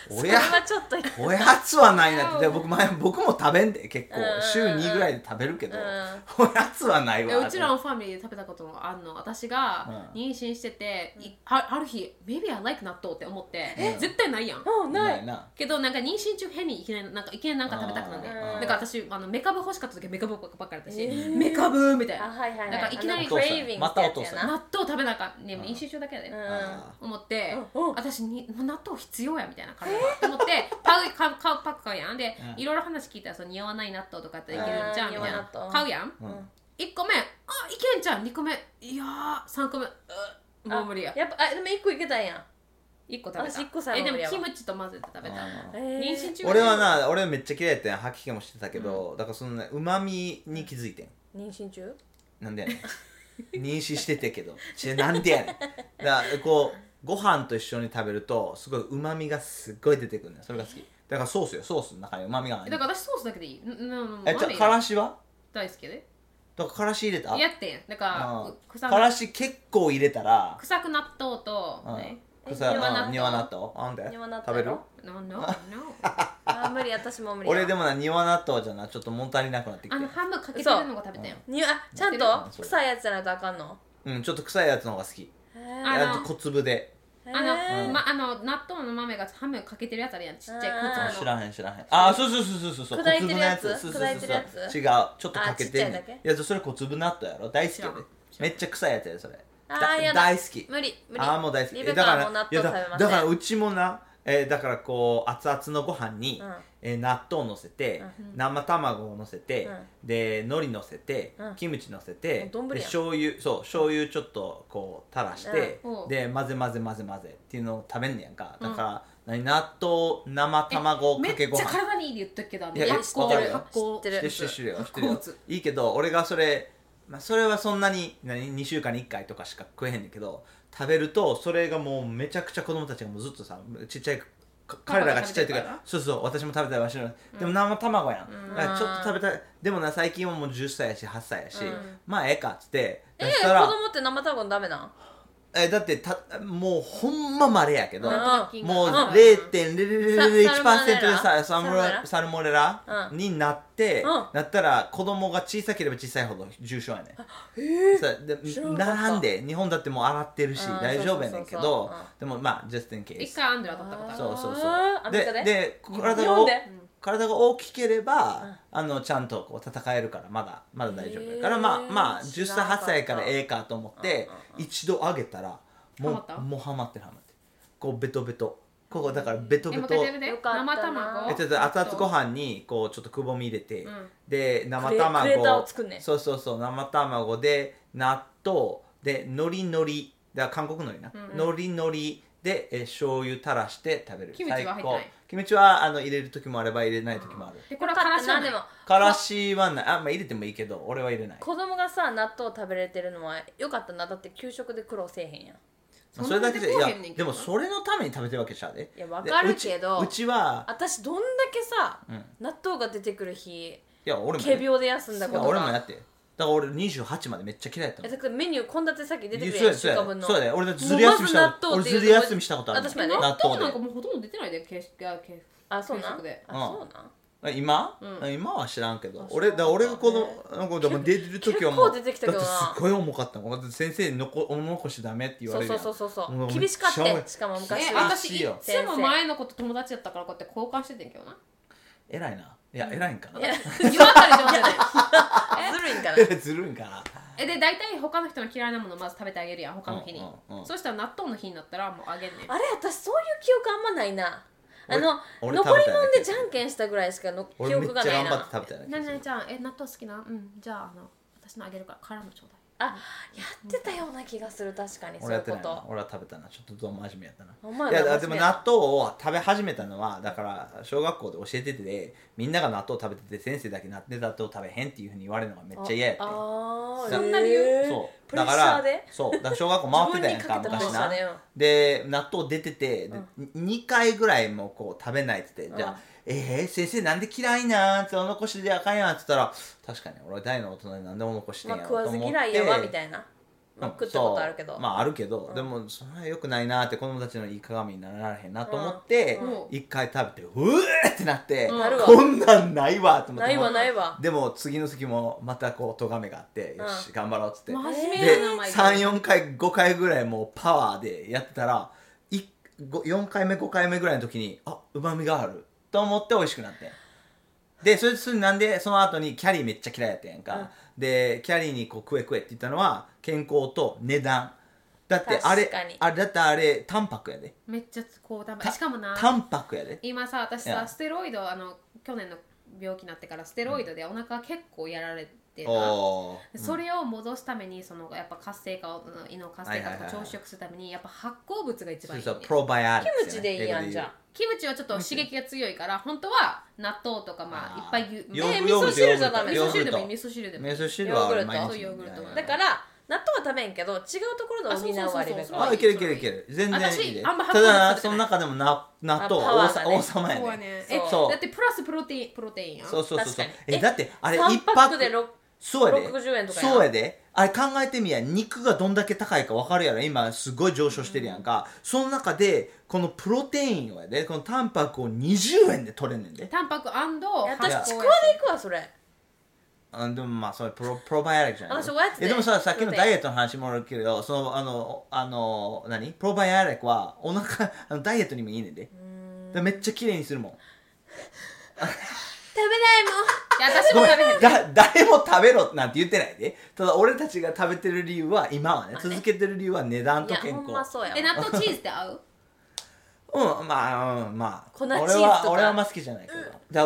[SPEAKER 3] そ
[SPEAKER 1] 俺
[SPEAKER 3] れ
[SPEAKER 1] や
[SPEAKER 3] はちょっとう
[SPEAKER 1] おやつはないなってで僕前僕も食べんで結構
[SPEAKER 3] うんうんうん
[SPEAKER 1] 週2ぐらいで食べるけど、
[SPEAKER 3] ん
[SPEAKER 1] おやつはない
[SPEAKER 2] え
[SPEAKER 1] わ
[SPEAKER 2] うちらのファミリーで食べたこともあんの私が
[SPEAKER 1] うん
[SPEAKER 2] 妊娠してて、いあある日「Maybe I like 納豆」って思って、絶対ないやん
[SPEAKER 3] うん
[SPEAKER 1] な
[SPEAKER 3] ない
[SPEAKER 1] いな
[SPEAKER 2] けどなんか妊娠中変にいきなりなんかいきなりなんか食べたくなるね
[SPEAKER 3] あ
[SPEAKER 2] だ
[SPEAKER 3] ー
[SPEAKER 2] から私あのメカブ欲しかった時はメカブばっかりだし、
[SPEAKER 3] えー
[SPEAKER 2] メカブみたいな
[SPEAKER 3] あはいはいはい
[SPEAKER 2] だからいきなり
[SPEAKER 3] あのクレイビングってやつやな
[SPEAKER 2] 納豆食べなあかんね妊娠中だけやで、
[SPEAKER 3] うん
[SPEAKER 1] あ
[SPEAKER 2] 思って、
[SPEAKER 3] うんうん
[SPEAKER 2] 私にもう納豆必要やみたいな彼は、と思ってパウ買う買うパック買うやんで、
[SPEAKER 1] うん
[SPEAKER 2] いろいろ話聞いたらその匂わない納豆とかやっていけるんじゃん
[SPEAKER 3] うん
[SPEAKER 2] みたい
[SPEAKER 3] 匂わない
[SPEAKER 2] な
[SPEAKER 3] 納豆
[SPEAKER 2] 買うやん、
[SPEAKER 1] うん
[SPEAKER 2] 1個目あいけんじゃん2個目いやー3個目うもう無理や
[SPEAKER 3] あやっぱあでも一個いけたんや
[SPEAKER 2] 1個食べた
[SPEAKER 3] 私一個最後
[SPEAKER 2] えでも
[SPEAKER 3] までやわ
[SPEAKER 2] キムチと混ぜて食べた
[SPEAKER 1] あ
[SPEAKER 3] え
[SPEAKER 1] ー
[SPEAKER 3] ー
[SPEAKER 2] 妊娠中
[SPEAKER 1] 俺はな俺めっちゃ嫌いやってん吐き気もしてたけど、だからそのねうまみに気づいてん
[SPEAKER 3] 妊娠中
[SPEAKER 1] なんでやねん妊娠しててけどちなんでやねんだからこうご飯と一緒に食べるとすごいうまみがすっごい出てくるねんそれが好きだからソースよソースの中にうまみがあ
[SPEAKER 2] え
[SPEAKER 1] る
[SPEAKER 2] だから私ソースだけでいいんんん
[SPEAKER 1] えちょ
[SPEAKER 2] 豆
[SPEAKER 1] からしは
[SPEAKER 2] 大好きやで
[SPEAKER 1] だからからし入れた
[SPEAKER 2] やってんだから
[SPEAKER 1] うん
[SPEAKER 2] く臭
[SPEAKER 1] から
[SPEAKER 2] く
[SPEAKER 1] し結構入れたら
[SPEAKER 2] 臭く納豆と
[SPEAKER 1] うん
[SPEAKER 2] ね
[SPEAKER 1] これさ
[SPEAKER 3] 庭納
[SPEAKER 1] あ
[SPEAKER 3] 豆
[SPEAKER 1] 庭納豆あんで
[SPEAKER 3] 庭納
[SPEAKER 1] 食
[SPEAKER 3] 豆
[SPEAKER 1] べ
[SPEAKER 3] や
[SPEAKER 1] る
[SPEAKER 3] ろ
[SPEAKER 2] ななな
[SPEAKER 3] あー無理私も無理
[SPEAKER 1] 俺で
[SPEAKER 3] も
[SPEAKER 1] もな庭納豆じゃなちょっと物足りなくなってき
[SPEAKER 2] あ
[SPEAKER 1] て
[SPEAKER 3] [LAUGHS]
[SPEAKER 2] の半分かけてるのが食べたよ
[SPEAKER 3] にあちゃん
[SPEAKER 1] うんそ
[SPEAKER 3] と
[SPEAKER 1] う
[SPEAKER 3] 臭いやつじゃないとあかんの
[SPEAKER 1] うんちょっと臭いやつの方が好き
[SPEAKER 3] へ
[SPEAKER 2] あ
[SPEAKER 3] ー
[SPEAKER 1] あ
[SPEAKER 2] の
[SPEAKER 1] と小粒で
[SPEAKER 3] へ
[SPEAKER 2] あの,、
[SPEAKER 1] うん
[SPEAKER 3] ー
[SPEAKER 2] ま、あの納豆の豆が半分かけてるやつあるやんちっちゃい
[SPEAKER 3] あ
[SPEAKER 1] あ
[SPEAKER 2] 小
[SPEAKER 1] 知
[SPEAKER 2] 粒の
[SPEAKER 1] らへん知らへんあそうそうそうそうそうそう
[SPEAKER 3] 砕いてるやつ
[SPEAKER 1] 小粒のやつそうそう
[SPEAKER 3] 砕いて
[SPEAKER 1] そう
[SPEAKER 3] るやつ
[SPEAKER 1] そう違うちょっとかけてんね
[SPEAKER 3] あちっちゃいだ
[SPEAKER 1] んいやそれ小粒納豆やろ大好きやで
[SPEAKER 2] 知らん
[SPEAKER 1] めっちゃ臭いやつやでそれ
[SPEAKER 3] あー
[SPEAKER 1] だ
[SPEAKER 3] やだ
[SPEAKER 1] 大好き
[SPEAKER 3] 無理無理
[SPEAKER 1] ああもう大好き
[SPEAKER 3] リ
[SPEAKER 1] え
[SPEAKER 3] ベ
[SPEAKER 1] だ
[SPEAKER 3] カ
[SPEAKER 1] か
[SPEAKER 3] はもう納
[SPEAKER 1] らい
[SPEAKER 3] 豆
[SPEAKER 1] や
[SPEAKER 3] 食べませ
[SPEAKER 1] だ
[SPEAKER 3] ん
[SPEAKER 1] だからうちもなえーだからこう熱々のご飯に、
[SPEAKER 3] うん
[SPEAKER 1] えー納豆をのせて、生卵をのせて、で海苔のせて、
[SPEAKER 3] うん
[SPEAKER 1] キムチのせ
[SPEAKER 3] も
[SPEAKER 1] て
[SPEAKER 3] う、丼やん
[SPEAKER 1] で醤油そう醤油ちょっとこう垂らして、
[SPEAKER 2] うんおう
[SPEAKER 1] で混ぜ混ぜ混ぜ混ぜっていうのを食べんねやんかだから、何納豆生卵
[SPEAKER 2] め
[SPEAKER 1] かけ
[SPEAKER 2] っ
[SPEAKER 1] ご
[SPEAKER 2] ちゃ
[SPEAKER 1] 飯
[SPEAKER 2] 体にいいで言っとくけどあの
[SPEAKER 1] いや
[SPEAKER 2] 発
[SPEAKER 1] わ
[SPEAKER 2] 酵
[SPEAKER 1] かるよ
[SPEAKER 2] 発酵
[SPEAKER 3] 知ってる
[SPEAKER 1] 知ってるよ知ってる
[SPEAKER 2] 好
[SPEAKER 1] よ
[SPEAKER 2] 物
[SPEAKER 1] いいけど俺がそれ、まあ、それはそんなに何2週間に1回とかしか食えへんねんけど食べるとそれがもうめちゃくちゃ子供たちがもうずっとさちっちゃいか彼らがちっちゃい時か
[SPEAKER 2] パパが
[SPEAKER 1] らそうそう私も食べたいわしのでも生卵やん、
[SPEAKER 2] うん
[SPEAKER 1] だからちょっと食べたいでもな最近はもう10歳やし8歳やし、
[SPEAKER 3] うん
[SPEAKER 1] まあええかっつってそ
[SPEAKER 3] えー
[SPEAKER 1] し
[SPEAKER 3] 子
[SPEAKER 1] たら
[SPEAKER 3] 供って生卵ダメなん
[SPEAKER 1] えだってたもうほんままれやけど、
[SPEAKER 3] うん
[SPEAKER 1] もう
[SPEAKER 2] 0.0
[SPEAKER 1] 0.001%でさ
[SPEAKER 3] サ
[SPEAKER 1] サ
[SPEAKER 3] ル
[SPEAKER 1] ルモ
[SPEAKER 3] モ
[SPEAKER 1] レ
[SPEAKER 3] ネラ
[SPEAKER 1] ラサルモレラ
[SPEAKER 3] う
[SPEAKER 1] になって、
[SPEAKER 3] うん
[SPEAKER 1] なったら子供が小さければ小さいほど重症やねんさで
[SPEAKER 3] 知らなかった
[SPEAKER 1] 並んで日本だってもう洗ってるし
[SPEAKER 3] うん
[SPEAKER 1] 大丈夫やねんけ
[SPEAKER 3] そうそう
[SPEAKER 1] ど
[SPEAKER 3] そうそう
[SPEAKER 1] でもまあ just in case
[SPEAKER 2] 一回アンドレ当たったことある
[SPEAKER 1] そうそう
[SPEAKER 3] あー
[SPEAKER 1] そ
[SPEAKER 3] ア
[SPEAKER 1] う
[SPEAKER 3] メリカ
[SPEAKER 1] で
[SPEAKER 3] で
[SPEAKER 1] で体
[SPEAKER 3] 日
[SPEAKER 1] が
[SPEAKER 3] 本
[SPEAKER 1] お
[SPEAKER 3] で
[SPEAKER 1] 体が大きければ、あのちゃんとこう戦えるからまだまだ大丈夫だから、
[SPEAKER 3] へー
[SPEAKER 1] まあまあ10
[SPEAKER 3] 知
[SPEAKER 1] 歳
[SPEAKER 3] らなかっ
[SPEAKER 1] 8
[SPEAKER 3] た
[SPEAKER 1] 歳からええかと思って
[SPEAKER 3] うんうん、
[SPEAKER 1] 一度上げたらもう
[SPEAKER 2] ハマった
[SPEAKER 1] もうハマってるハマってるこうベトベトここだからベト
[SPEAKER 2] え
[SPEAKER 1] ベ
[SPEAKER 2] もう
[SPEAKER 1] ト
[SPEAKER 2] 一回食べて
[SPEAKER 3] よかったな
[SPEAKER 2] 生卵
[SPEAKER 1] えちょっと熱々ご飯にこうちょっとくぼみ入れて、
[SPEAKER 2] うん
[SPEAKER 1] で生
[SPEAKER 3] クレ
[SPEAKER 1] 卵
[SPEAKER 3] クレーターを作んね
[SPEAKER 1] そうそうそう生卵で納豆で海苔海苔だから韓国海苔な、海苔海苔でえ醤油垂らして食べる
[SPEAKER 2] キムチは入ってない
[SPEAKER 1] 最高キムチはあの入れる時もあれば入れない時もある、
[SPEAKER 2] でこれはからし
[SPEAKER 3] よか
[SPEAKER 2] な
[SPEAKER 3] ったでも
[SPEAKER 1] からしはないあ、まあ、入れてもいいけど俺は入れない
[SPEAKER 3] 子供がさ納豆食べれてるのはよかったなだって給食で苦労せえへんやん
[SPEAKER 2] そんな
[SPEAKER 1] それだけでい
[SPEAKER 2] 出てこ
[SPEAKER 1] や
[SPEAKER 2] へんねんけ
[SPEAKER 1] で
[SPEAKER 2] ど
[SPEAKER 1] もそれのために食べてるわけじゃね
[SPEAKER 3] いやわかるけど
[SPEAKER 1] うちうちは
[SPEAKER 3] 私どんだけさ、
[SPEAKER 1] ん
[SPEAKER 3] 納豆が出てくる日
[SPEAKER 1] いや俺もね
[SPEAKER 3] 仮病で休んだ
[SPEAKER 1] い
[SPEAKER 3] こ
[SPEAKER 1] や
[SPEAKER 3] と
[SPEAKER 1] 俺もや
[SPEAKER 3] が
[SPEAKER 1] ってだから俺28までめっちゃ嫌いだったの
[SPEAKER 3] えだからメニュー献立先出てくる
[SPEAKER 1] そう
[SPEAKER 3] や
[SPEAKER 1] やそうや
[SPEAKER 3] ん週間分の
[SPEAKER 1] そうやね俺だってずる休みしたこと
[SPEAKER 3] もうま
[SPEAKER 1] 俺
[SPEAKER 3] ず納豆っていう
[SPEAKER 1] ずる休みしたことある
[SPEAKER 3] 私もやで
[SPEAKER 2] 納
[SPEAKER 1] 納
[SPEAKER 2] 豆なんか
[SPEAKER 1] 豆
[SPEAKER 2] もうほとんど出てないで形式が形
[SPEAKER 3] あそうなん
[SPEAKER 2] 給食で
[SPEAKER 3] あそうなん
[SPEAKER 1] で今
[SPEAKER 2] うん
[SPEAKER 1] 今は知らんけど
[SPEAKER 3] あ
[SPEAKER 1] 俺だから俺がこ
[SPEAKER 3] そうなん
[SPEAKER 1] のなんかでも出てる時はもうだ
[SPEAKER 3] 結
[SPEAKER 1] っ
[SPEAKER 3] 構
[SPEAKER 1] て
[SPEAKER 3] 出てき
[SPEAKER 1] す
[SPEAKER 3] たけどな
[SPEAKER 1] っごい重かったもんだって先生に残お残しダメって言わ
[SPEAKER 3] そう
[SPEAKER 1] れるや
[SPEAKER 3] そうんそうそうそう
[SPEAKER 1] もう
[SPEAKER 3] 厳しかった
[SPEAKER 1] めっちゃ
[SPEAKER 3] よしかも昔
[SPEAKER 2] え
[SPEAKER 1] え
[SPEAKER 3] は
[SPEAKER 2] 私いっ
[SPEAKER 3] 先
[SPEAKER 2] つ
[SPEAKER 3] 生
[SPEAKER 2] も前の子と友達やったからこうやって交換しててんけどな
[SPEAKER 1] 偉いないや偉いんかな
[SPEAKER 2] 夜当たり上手で
[SPEAKER 3] [LAUGHS] ずるいんかな
[SPEAKER 1] [LAUGHS] ずるいんかな
[SPEAKER 2] えで大体他の人の嫌いなものをまず食べてあげるやん他の日に、
[SPEAKER 1] うんうんうん
[SPEAKER 2] そしたら納豆の日になったらもうあげんねん
[SPEAKER 3] あれ私そういう記憶あんまないなあの
[SPEAKER 1] 俺
[SPEAKER 3] 残り
[SPEAKER 1] 食べた
[SPEAKER 3] も
[SPEAKER 1] よ
[SPEAKER 3] ん
[SPEAKER 1] ね
[SPEAKER 3] でじゃんけんしたぐらいしかの記
[SPEAKER 1] 俺めっ
[SPEAKER 3] 憶が
[SPEAKER 1] ちゃ
[SPEAKER 3] ない
[SPEAKER 1] 頑張っ
[SPEAKER 3] な
[SPEAKER 1] て食べたよね
[SPEAKER 2] なになにちゃんえ納豆好きなうんじゃああの私のあげるからからのちょうだい
[SPEAKER 3] あやってたような気がする確かにそう
[SPEAKER 1] 俺
[SPEAKER 3] い
[SPEAKER 1] や
[SPEAKER 3] う
[SPEAKER 1] って
[SPEAKER 3] こ
[SPEAKER 1] ないな
[SPEAKER 3] と
[SPEAKER 1] 俺は食べたなちょっとどうも真面目やったな
[SPEAKER 3] お前
[SPEAKER 1] いや
[SPEAKER 3] は
[SPEAKER 1] だで
[SPEAKER 3] 真面
[SPEAKER 1] も
[SPEAKER 3] 目や
[SPEAKER 1] 納豆を食べ始めたのはだから小学校で教えててみんなが納豆食べてて先生だけ納豆食べへんっていうふうに言われるのがめっちゃ嫌やって
[SPEAKER 3] ああ
[SPEAKER 1] そん
[SPEAKER 2] な理由
[SPEAKER 1] そう
[SPEAKER 3] プレ
[SPEAKER 1] だ
[SPEAKER 3] ッ
[SPEAKER 1] か
[SPEAKER 3] シャー
[SPEAKER 1] ら
[SPEAKER 3] で
[SPEAKER 1] そうだから小学校回ってたやんか
[SPEAKER 3] 自分にかけたプレ
[SPEAKER 1] 昔
[SPEAKER 3] ッシャ
[SPEAKER 1] な
[SPEAKER 3] ーだよ
[SPEAKER 1] で納豆出てて、2回ぐらいもこう食べないって言って、じゃ
[SPEAKER 3] うん
[SPEAKER 1] あ「えー、先生なんで嫌いなん?」って「お残しであかんやん」って言ったら「確かに俺は大の大人になんでお残しして
[SPEAKER 3] ま
[SPEAKER 1] ん
[SPEAKER 3] あ
[SPEAKER 1] やろ」
[SPEAKER 3] 食
[SPEAKER 1] と思っ
[SPEAKER 3] わ
[SPEAKER 1] て、
[SPEAKER 3] ず嫌いやわみたいなまあ食ったことあるけ
[SPEAKER 1] そ
[SPEAKER 3] ど
[SPEAKER 1] うまああるけど、でもそれはよくないなって子供たちのいい鏡になられへんなと思って
[SPEAKER 2] うんうん
[SPEAKER 1] 一、回食べてうえってなって、
[SPEAKER 2] な
[SPEAKER 3] るわ
[SPEAKER 1] こんなんないわって思って
[SPEAKER 3] ないわないわ
[SPEAKER 1] でも次の時もまたこう咎めがあって、よし頑張ろうっつって、
[SPEAKER 2] 真
[SPEAKER 3] ジ
[SPEAKER 2] 面目
[SPEAKER 1] で
[SPEAKER 2] やな毎回
[SPEAKER 1] 34回5回ぐらいもうパワーでやってたらいご4回目5回目ぐらいの時にあうまみがあると思って美味しくなってんでそれそれなんでその後にキャリーめっちゃ嫌いやったやんか、
[SPEAKER 3] うん
[SPEAKER 1] でキャリーにこう食え食えって言ったのは健康と値段だって
[SPEAKER 3] 確か
[SPEAKER 1] あれ
[SPEAKER 3] に
[SPEAKER 1] あれだってあれタンパクやで
[SPEAKER 2] めっちゃこうたましかもな
[SPEAKER 1] タンパクやで
[SPEAKER 2] 今さ私
[SPEAKER 1] い
[SPEAKER 2] さ
[SPEAKER 1] や
[SPEAKER 2] ステロイドあの去年の病気になってからステロイドでお腹結構やられてっていうのは
[SPEAKER 1] おー
[SPEAKER 2] それを戻すためにそのやっぱ活性化をうん胃の活性化
[SPEAKER 1] はい
[SPEAKER 2] と
[SPEAKER 1] はい
[SPEAKER 2] か
[SPEAKER 1] はい
[SPEAKER 2] 調子よくするためにやっぱ発酵物が一
[SPEAKER 1] そ
[SPEAKER 2] 番
[SPEAKER 1] う
[SPEAKER 2] いい、
[SPEAKER 1] そ
[SPEAKER 2] ね
[SPEAKER 1] う、プロバイオティク
[SPEAKER 3] キム
[SPEAKER 1] ス
[SPEAKER 3] チ
[SPEAKER 1] やね
[SPEAKER 3] でいいやん
[SPEAKER 1] 英語で言う
[SPEAKER 3] じゃん
[SPEAKER 2] キムチはちょっと刺激が強いから本当は納豆とかまあいっ
[SPEAKER 1] あ
[SPEAKER 2] ぱ
[SPEAKER 1] ー
[SPEAKER 2] い牛
[SPEAKER 1] ヨー
[SPEAKER 2] ね
[SPEAKER 1] グ
[SPEAKER 2] 味
[SPEAKER 1] ヨーグル
[SPEAKER 2] 噌
[SPEAKER 1] ト
[SPEAKER 2] 汁じゃダメ味
[SPEAKER 1] ヨー
[SPEAKER 2] 噌
[SPEAKER 1] グル
[SPEAKER 2] 汁で
[SPEAKER 1] ト
[SPEAKER 2] もいい味噌汁でもいい
[SPEAKER 1] メス汁は俺毎日
[SPEAKER 2] ヨーグル
[SPEAKER 1] み
[SPEAKER 2] ト
[SPEAKER 1] たいな
[SPEAKER 3] だから納豆は食べんけど違うところで補う割
[SPEAKER 2] あそうそうそう
[SPEAKER 3] り
[SPEAKER 2] そう
[SPEAKER 3] が
[SPEAKER 1] あいけるいけるいける全然いいで
[SPEAKER 2] 私あんま
[SPEAKER 1] ただ
[SPEAKER 2] 白米食べてない
[SPEAKER 1] その中でもな納豆
[SPEAKER 3] あパワ
[SPEAKER 1] は
[SPEAKER 3] ーが
[SPEAKER 1] 王,、
[SPEAKER 3] ね
[SPEAKER 1] 王様
[SPEAKER 2] そう
[SPEAKER 1] や
[SPEAKER 2] は
[SPEAKER 1] ね
[SPEAKER 2] ね
[SPEAKER 3] そう
[SPEAKER 2] え
[SPEAKER 1] そう
[SPEAKER 2] だってプラスプロテインプロテインやん
[SPEAKER 1] そうそうそうそう
[SPEAKER 3] 確かに
[SPEAKER 1] え
[SPEAKER 3] え
[SPEAKER 1] だってあれ
[SPEAKER 3] 3
[SPEAKER 1] 1
[SPEAKER 3] パッ
[SPEAKER 1] 泊
[SPEAKER 3] クで6
[SPEAKER 1] そうやで
[SPEAKER 3] 60円とかやな
[SPEAKER 1] そうやであれ考えてみや肉がどんだけ高いか分かるやろ今すごい上昇してるやんか、その中でこのプロテインをやでこのタンパクを20円で取れんねんで
[SPEAKER 2] タンパク発
[SPEAKER 3] 私
[SPEAKER 2] 酵
[SPEAKER 3] ちくわ
[SPEAKER 2] や
[SPEAKER 3] でいくわそれ
[SPEAKER 1] あでもまあそれプロプロバイオティクじゃない
[SPEAKER 3] 私おやつで
[SPEAKER 1] えでもささっきの
[SPEAKER 3] プロテイン
[SPEAKER 1] ダイエットの話もあるけどそのあのあの何プロバイオティクはお腹あのダイエットにもいいねんでだからめっちゃ綺麗にす
[SPEAKER 3] [LAUGHS]
[SPEAKER 1] るもん
[SPEAKER 3] 食べないもん
[SPEAKER 2] いや私
[SPEAKER 1] ご
[SPEAKER 2] も
[SPEAKER 1] めん
[SPEAKER 2] 食べへん
[SPEAKER 1] だ誰も食べろなんて言ってないでただ俺たちが食べてる理由は今はね続けてる理由は値段
[SPEAKER 3] い
[SPEAKER 1] と
[SPEAKER 3] や
[SPEAKER 1] 健
[SPEAKER 3] ほん
[SPEAKER 1] 康
[SPEAKER 3] まそうやわ
[SPEAKER 2] え納豆チーズって合う
[SPEAKER 1] うんまあうんまあ
[SPEAKER 3] 粉チーズ
[SPEAKER 1] 俺は
[SPEAKER 3] とか
[SPEAKER 1] 俺はあんま好きじゃないけど、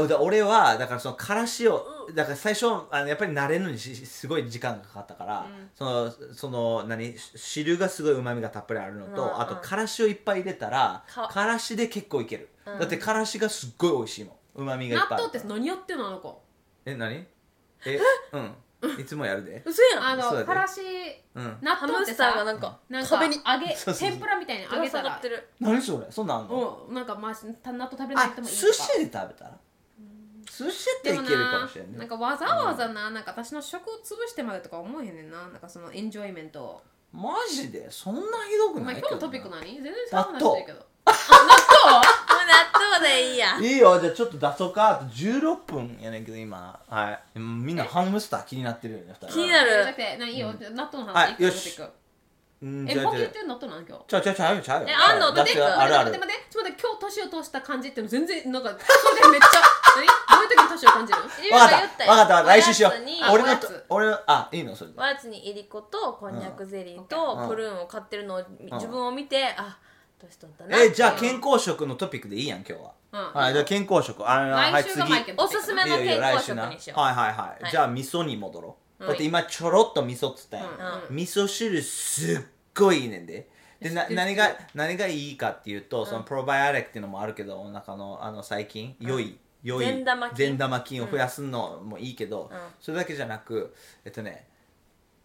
[SPEAKER 1] だだ俺はだからそのからしをだから最初あのやっぱり慣れるのにしすごい時間がかかったから、そのその何し汁がすごいうまみがたっぷりあるのと、
[SPEAKER 3] うんうん
[SPEAKER 1] あとからしをいっぱい入れたら
[SPEAKER 3] か
[SPEAKER 1] からしで結構いける、だってからしがすっごい美味しいもんうまみ [LAUGHS] がいっ
[SPEAKER 2] 納
[SPEAKER 1] ぱいあ
[SPEAKER 2] 豆
[SPEAKER 1] る
[SPEAKER 2] って何やってんのあの子
[SPEAKER 1] え何えうんいつもやるで
[SPEAKER 3] 嘘やん
[SPEAKER 2] あ
[SPEAKER 1] そうだ
[SPEAKER 2] の
[SPEAKER 1] ね
[SPEAKER 2] からし
[SPEAKER 1] うん
[SPEAKER 2] 納
[SPEAKER 3] ハ
[SPEAKER 2] 豆
[SPEAKER 3] ム
[SPEAKER 2] って
[SPEAKER 3] スタ
[SPEAKER 2] さ
[SPEAKER 3] ーがなんか
[SPEAKER 2] なんか
[SPEAKER 3] 壁に
[SPEAKER 2] 揚げ
[SPEAKER 1] そうそうそう
[SPEAKER 2] 天ぷらみたいに揚
[SPEAKER 3] ぶら
[SPEAKER 2] げ
[SPEAKER 3] 下
[SPEAKER 2] た
[SPEAKER 3] が
[SPEAKER 2] ら
[SPEAKER 3] ってる
[SPEAKER 1] 何それそんなんあんの、
[SPEAKER 2] うんなんかまあ納豆食べな
[SPEAKER 1] あ
[SPEAKER 2] くてもいいと
[SPEAKER 1] 寿
[SPEAKER 2] か
[SPEAKER 1] 司で食べたら寿司ってい
[SPEAKER 2] で
[SPEAKER 1] け
[SPEAKER 2] も
[SPEAKER 1] る
[SPEAKER 2] な
[SPEAKER 1] かもしれない
[SPEAKER 2] なんかわざわざななんか私の食を潰してまでとか思えへんねんななんかそのエンジョイメントを
[SPEAKER 1] マジでそんなひどく
[SPEAKER 2] ま
[SPEAKER 1] な
[SPEAKER 2] あ
[SPEAKER 1] いけ
[SPEAKER 2] 今日
[SPEAKER 1] ど
[SPEAKER 2] の
[SPEAKER 1] な
[SPEAKER 2] トピック何全然
[SPEAKER 1] 納豆
[SPEAKER 2] そんな話してるけどあ納豆
[SPEAKER 3] もう納豆でいいや
[SPEAKER 1] いいよじゃあちょっと出そうかあと16分やねんけど今はいみんなハムスター気になってるよね2人
[SPEAKER 3] 気にな
[SPEAKER 2] じゃな
[SPEAKER 3] る
[SPEAKER 2] くて何いいよ納豆の
[SPEAKER 1] は
[SPEAKER 2] 話
[SPEAKER 1] い
[SPEAKER 2] 一個
[SPEAKER 1] よ
[SPEAKER 2] トピ
[SPEAKER 1] し
[SPEAKER 2] ック
[SPEAKER 1] うん
[SPEAKER 2] え
[SPEAKER 1] じゃ
[SPEAKER 2] ポ
[SPEAKER 1] あ
[SPEAKER 2] キ
[SPEAKER 1] じゃ
[SPEAKER 2] 言ってる納豆なの今日
[SPEAKER 1] あちゃうちゃうちゃうよちゃうよ
[SPEAKER 3] えあんの
[SPEAKER 1] だっ
[SPEAKER 3] 出
[SPEAKER 1] て
[SPEAKER 3] てくる
[SPEAKER 1] あるある
[SPEAKER 2] 待って待ってちょっと待って今日年を通した感じって全然なんかそれでめっちゃ何どういう時に年を感じる
[SPEAKER 1] わかった
[SPEAKER 3] 言た
[SPEAKER 1] わかったわかった来週しよう
[SPEAKER 3] おやつに
[SPEAKER 1] 俺の
[SPEAKER 2] あおやつ
[SPEAKER 1] 俺のあいいのそれで
[SPEAKER 3] おやつにいりことこんにゃくゼリー
[SPEAKER 1] うん
[SPEAKER 3] とプルーンを買ってるのを自分を見てあ年取ったな
[SPEAKER 1] えじゃあ健康食のトピックでいいやん今日は
[SPEAKER 2] うん
[SPEAKER 1] はいじゃあ健康食あのはい
[SPEAKER 2] 来週
[SPEAKER 1] 次
[SPEAKER 2] がマイケル
[SPEAKER 3] おすすめ
[SPEAKER 1] いいよ
[SPEAKER 3] の
[SPEAKER 1] いいよ
[SPEAKER 3] 健
[SPEAKER 1] 来
[SPEAKER 3] 康
[SPEAKER 1] 週
[SPEAKER 3] 食
[SPEAKER 1] な
[SPEAKER 3] にしよう
[SPEAKER 1] はいはいはい、
[SPEAKER 3] はい
[SPEAKER 1] じゃあ味噌に戻ろう、
[SPEAKER 2] はい
[SPEAKER 1] だって今ちょろっと味噌っつったやん、
[SPEAKER 2] うん
[SPEAKER 1] 味噌汁すっごいいいねんででな
[SPEAKER 2] 知ってる
[SPEAKER 1] 何
[SPEAKER 2] 知っ
[SPEAKER 1] が
[SPEAKER 2] て
[SPEAKER 1] 何がいいかっていうと、そのプロバイオレクっていうのもあるけどお腹のあの細菌良い良い
[SPEAKER 3] 善玉菌
[SPEAKER 1] 善玉菌を増やすのもいいけど、
[SPEAKER 3] うん
[SPEAKER 1] それだけじゃなくえっとね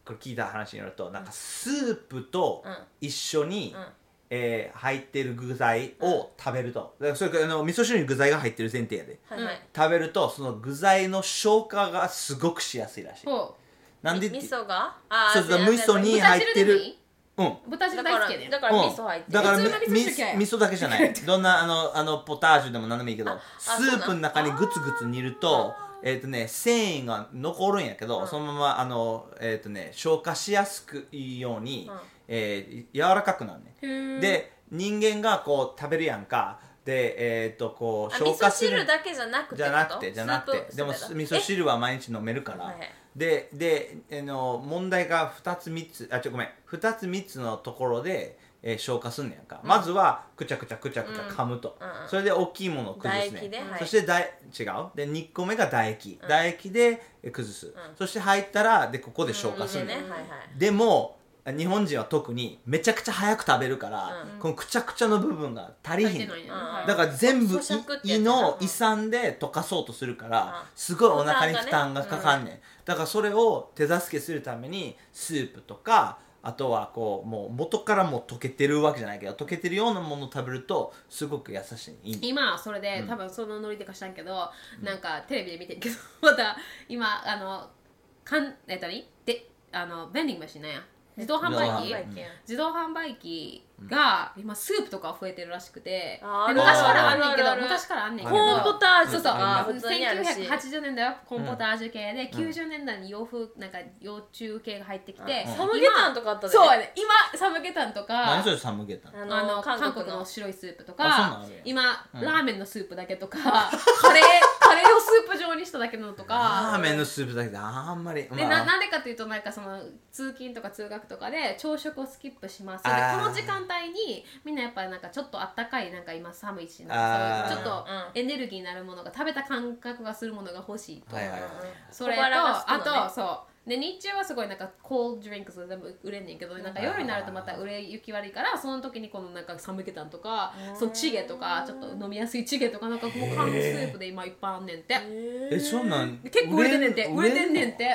[SPEAKER 1] これ聞いた話によるとなんかスープと
[SPEAKER 3] うん
[SPEAKER 1] 一緒に、
[SPEAKER 3] うん
[SPEAKER 1] えー入ってる具材を食べると、だからそれからあの味噌汁に具材が入ってる前提やで、
[SPEAKER 3] はいはい
[SPEAKER 1] 食べるとその具材の消化がすごくしやすいらしい
[SPEAKER 2] ほ
[SPEAKER 1] なんで
[SPEAKER 3] み味噌があ
[SPEAKER 1] そうそう味噌
[SPEAKER 2] う
[SPEAKER 1] に
[SPEAKER 2] 豚
[SPEAKER 1] 入っ
[SPEAKER 2] 汁
[SPEAKER 1] て
[SPEAKER 2] でも
[SPEAKER 1] る
[SPEAKER 2] いい
[SPEAKER 1] うん
[SPEAKER 2] 豚汁
[SPEAKER 3] だ
[SPEAKER 2] 大
[SPEAKER 3] か
[SPEAKER 2] 好
[SPEAKER 3] ら
[SPEAKER 2] きやねん
[SPEAKER 3] だから
[SPEAKER 1] うん
[SPEAKER 3] 味噌入ってる
[SPEAKER 1] だから
[SPEAKER 2] 普
[SPEAKER 1] み
[SPEAKER 2] 通の味噌
[SPEAKER 1] み
[SPEAKER 2] 汁嫌い
[SPEAKER 1] 味噌だけじゃ
[SPEAKER 3] [LAUGHS]
[SPEAKER 1] ないどんなあのあのポタージュでも何でもいいけどス
[SPEAKER 3] そうなの
[SPEAKER 1] ープの中にグツグツ煮るとえっ、とね繊維が残るんやけど、そのままあのえっ、とね消化しやすくいいように、
[SPEAKER 3] うん
[SPEAKER 1] えー柔らかくなるね、
[SPEAKER 2] へー
[SPEAKER 1] で人間がこう食べるやんかでえっ、とこう
[SPEAKER 3] あ味
[SPEAKER 1] 消化
[SPEAKER 3] 噌
[SPEAKER 1] する
[SPEAKER 3] 汁だけじゃなくて
[SPEAKER 1] じゃなくてじゃなく
[SPEAKER 3] スー
[SPEAKER 1] て
[SPEAKER 3] プ
[SPEAKER 1] でも
[SPEAKER 3] スー
[SPEAKER 1] 味
[SPEAKER 3] プ
[SPEAKER 1] 噌汁は毎日飲めるから、
[SPEAKER 3] はいはい
[SPEAKER 1] でで、えの問題が2つ3つあちょごめん2つ3つのところで、えー消化すんねやんか、まずはくちゃくちゃくちゃくちゃ噛むと、
[SPEAKER 3] うんうん
[SPEAKER 1] それで大きいものを崩す
[SPEAKER 3] 唾
[SPEAKER 1] ね
[SPEAKER 3] 液ではい
[SPEAKER 1] そしてだい違うで2個目が唾液、唾液でえー崩す、そして入ったらでここで消化す
[SPEAKER 3] え
[SPEAKER 1] る
[SPEAKER 3] で
[SPEAKER 1] ね
[SPEAKER 3] ね
[SPEAKER 1] ん、
[SPEAKER 3] はいはい
[SPEAKER 1] でも日本人は特にめちゃくちゃ早く食べるから、このくちゃくちゃの部分が足り
[SPEAKER 2] 入
[SPEAKER 1] ひ
[SPEAKER 2] って
[SPEAKER 1] ん
[SPEAKER 2] な
[SPEAKER 1] の
[SPEAKER 2] いねん
[SPEAKER 3] うん
[SPEAKER 2] はい
[SPEAKER 1] だから全部
[SPEAKER 3] 咀嚼ってやつ
[SPEAKER 1] 胃
[SPEAKER 3] や
[SPEAKER 1] 胃
[SPEAKER 3] な
[SPEAKER 1] の
[SPEAKER 3] うん
[SPEAKER 1] 胃酸で溶かそうとするから
[SPEAKER 3] うん
[SPEAKER 1] すごいお腹に負
[SPEAKER 3] 負
[SPEAKER 1] 担
[SPEAKER 3] 担
[SPEAKER 1] がかかんねん、だからそれを手助けするためにスープとかあとはこうもう元からもう溶けてるわけじゃないけど溶けてるようなものを食べるとすごく優しいいい
[SPEAKER 2] 今はそれで、多分そのノリでかしたんけど、なんかテレビで見てるけど [LAUGHS] また今あのかんえっと何であのベンディングマシンなんや自動販売機
[SPEAKER 1] 自動販売
[SPEAKER 2] 自動
[SPEAKER 3] 機
[SPEAKER 2] 販売機が今スープとか増えてるらしくて、
[SPEAKER 3] あー
[SPEAKER 2] で昔からあんねんけ
[SPEAKER 3] あるある
[SPEAKER 2] ど
[SPEAKER 3] ある
[SPEAKER 2] 昔からあんねんけ
[SPEAKER 1] コ
[SPEAKER 2] ど
[SPEAKER 1] ー
[SPEAKER 3] コ
[SPEAKER 1] ン
[SPEAKER 3] ン
[SPEAKER 1] ポタ
[SPEAKER 3] ポタ
[SPEAKER 1] ー
[SPEAKER 3] ー
[SPEAKER 1] ジ
[SPEAKER 3] ジ
[SPEAKER 1] ュと
[SPEAKER 3] ュと
[SPEAKER 1] か
[SPEAKER 3] か
[SPEAKER 1] う
[SPEAKER 3] 普通にあるし
[SPEAKER 2] 1980年代はコンポタージュ系で、90年代に洋風なんか幼虫系が入ってきて、
[SPEAKER 1] うん
[SPEAKER 3] サムゲタンとかあった
[SPEAKER 2] 今
[SPEAKER 3] で
[SPEAKER 2] そうやね今サムゲタンと
[SPEAKER 1] 何
[SPEAKER 2] か
[SPEAKER 1] それサムゲタン
[SPEAKER 3] あ
[SPEAKER 2] あ
[SPEAKER 3] の
[SPEAKER 2] の韓
[SPEAKER 3] 韓
[SPEAKER 2] 国
[SPEAKER 3] 国
[SPEAKER 2] の
[SPEAKER 3] の
[SPEAKER 2] 白いスープと
[SPEAKER 1] あそうな
[SPEAKER 2] か
[SPEAKER 1] んや
[SPEAKER 2] 今、ラーメンのスープだけとかカレーカレーをスープ状にしただけのと
[SPEAKER 1] ラー
[SPEAKER 2] か
[SPEAKER 1] メンのスープだけであんまり、
[SPEAKER 2] で
[SPEAKER 1] まあ
[SPEAKER 2] ななんでかというとなんかその通勤とか通学とかで朝食をスキップしますで
[SPEAKER 1] あー
[SPEAKER 2] この時間帯にみんなやっぱなんかちょっとあったかいなんか今寒いし
[SPEAKER 1] あー
[SPEAKER 2] なんかそういうちょっ
[SPEAKER 3] うん
[SPEAKER 2] とエネルギーになるものが食べた感覚がするものが欲しいと、
[SPEAKER 1] はいはい
[SPEAKER 2] それと
[SPEAKER 3] 小腹が空
[SPEAKER 2] あ
[SPEAKER 3] くのね
[SPEAKER 2] とそうで日中はすごいなんかコールドリンクス全部売れんねんけどなんか夜になるとまた売れ行き悪いからその時にこのなんか寒気たんとかそのチゲとかちょっと飲みやすいチゲとかなんかもう缶のスープで今いっぱいあんねんって
[SPEAKER 1] えそんなん
[SPEAKER 2] 結構売れてんねんて売れてんねんて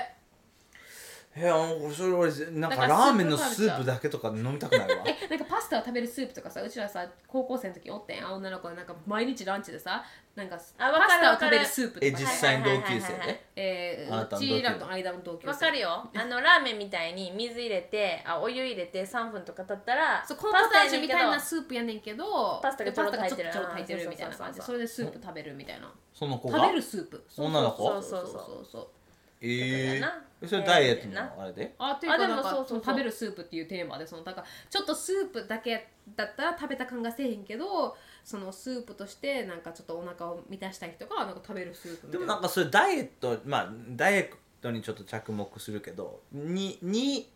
[SPEAKER 1] えあのそれ俺なん
[SPEAKER 2] だ
[SPEAKER 1] か
[SPEAKER 2] から
[SPEAKER 1] ラーメンのスープだけとか飲みたくないわ
[SPEAKER 2] [LAUGHS] なんかパスタを食べるスープとかさうちらさ高校生の時おってんあ女の子がなんか毎日ランチでさなんか
[SPEAKER 3] あわ
[SPEAKER 2] パ
[SPEAKER 3] か
[SPEAKER 2] ス
[SPEAKER 3] る
[SPEAKER 2] タ
[SPEAKER 3] わ
[SPEAKER 2] を食
[SPEAKER 3] か
[SPEAKER 2] べ
[SPEAKER 3] る
[SPEAKER 2] るスープ
[SPEAKER 1] え
[SPEAKER 2] とか
[SPEAKER 1] 実
[SPEAKER 2] さ、
[SPEAKER 1] 際に同級生
[SPEAKER 3] はいはいはいはい
[SPEAKER 1] で
[SPEAKER 2] え
[SPEAKER 1] あ
[SPEAKER 2] ー
[SPEAKER 1] なた
[SPEAKER 2] う
[SPEAKER 1] の同級生
[SPEAKER 2] ちらと間の同級生
[SPEAKER 3] わかるよあのラーメンみたいに水入れてあお湯入れて3分とか経ったら
[SPEAKER 2] そうコーンポタージュみたいな
[SPEAKER 3] パス
[SPEAKER 2] スープやねんけど
[SPEAKER 3] パスタがちょろっと入ってる
[SPEAKER 2] パスタがちょっとちょろっと入ってるみたいな感じ
[SPEAKER 3] そう
[SPEAKER 2] そ
[SPEAKER 3] そ
[SPEAKER 2] れでスープ食べるみたいな
[SPEAKER 1] その子
[SPEAKER 2] 食
[SPEAKER 1] が
[SPEAKER 2] べるスープ
[SPEAKER 1] 女の子
[SPEAKER 2] そうそうそうそうそう
[SPEAKER 1] え
[SPEAKER 3] だよ
[SPEAKER 1] えそれ
[SPEAKER 3] な
[SPEAKER 1] ダイエットのあれで
[SPEAKER 2] あというか
[SPEAKER 3] あでも
[SPEAKER 2] なんか
[SPEAKER 3] そうそうそう
[SPEAKER 2] その食べるスープっていうテーマでそのだからちょっとスープだけだったら食べた感がせえへんけどそのスープとしてなんかちょっとお腹を満たしたい人がなんか食べるスープみ
[SPEAKER 1] で
[SPEAKER 2] たい
[SPEAKER 1] も
[SPEAKER 2] な
[SPEAKER 1] なんかそれダイエットまあダイエットにちょっと着目するけどにに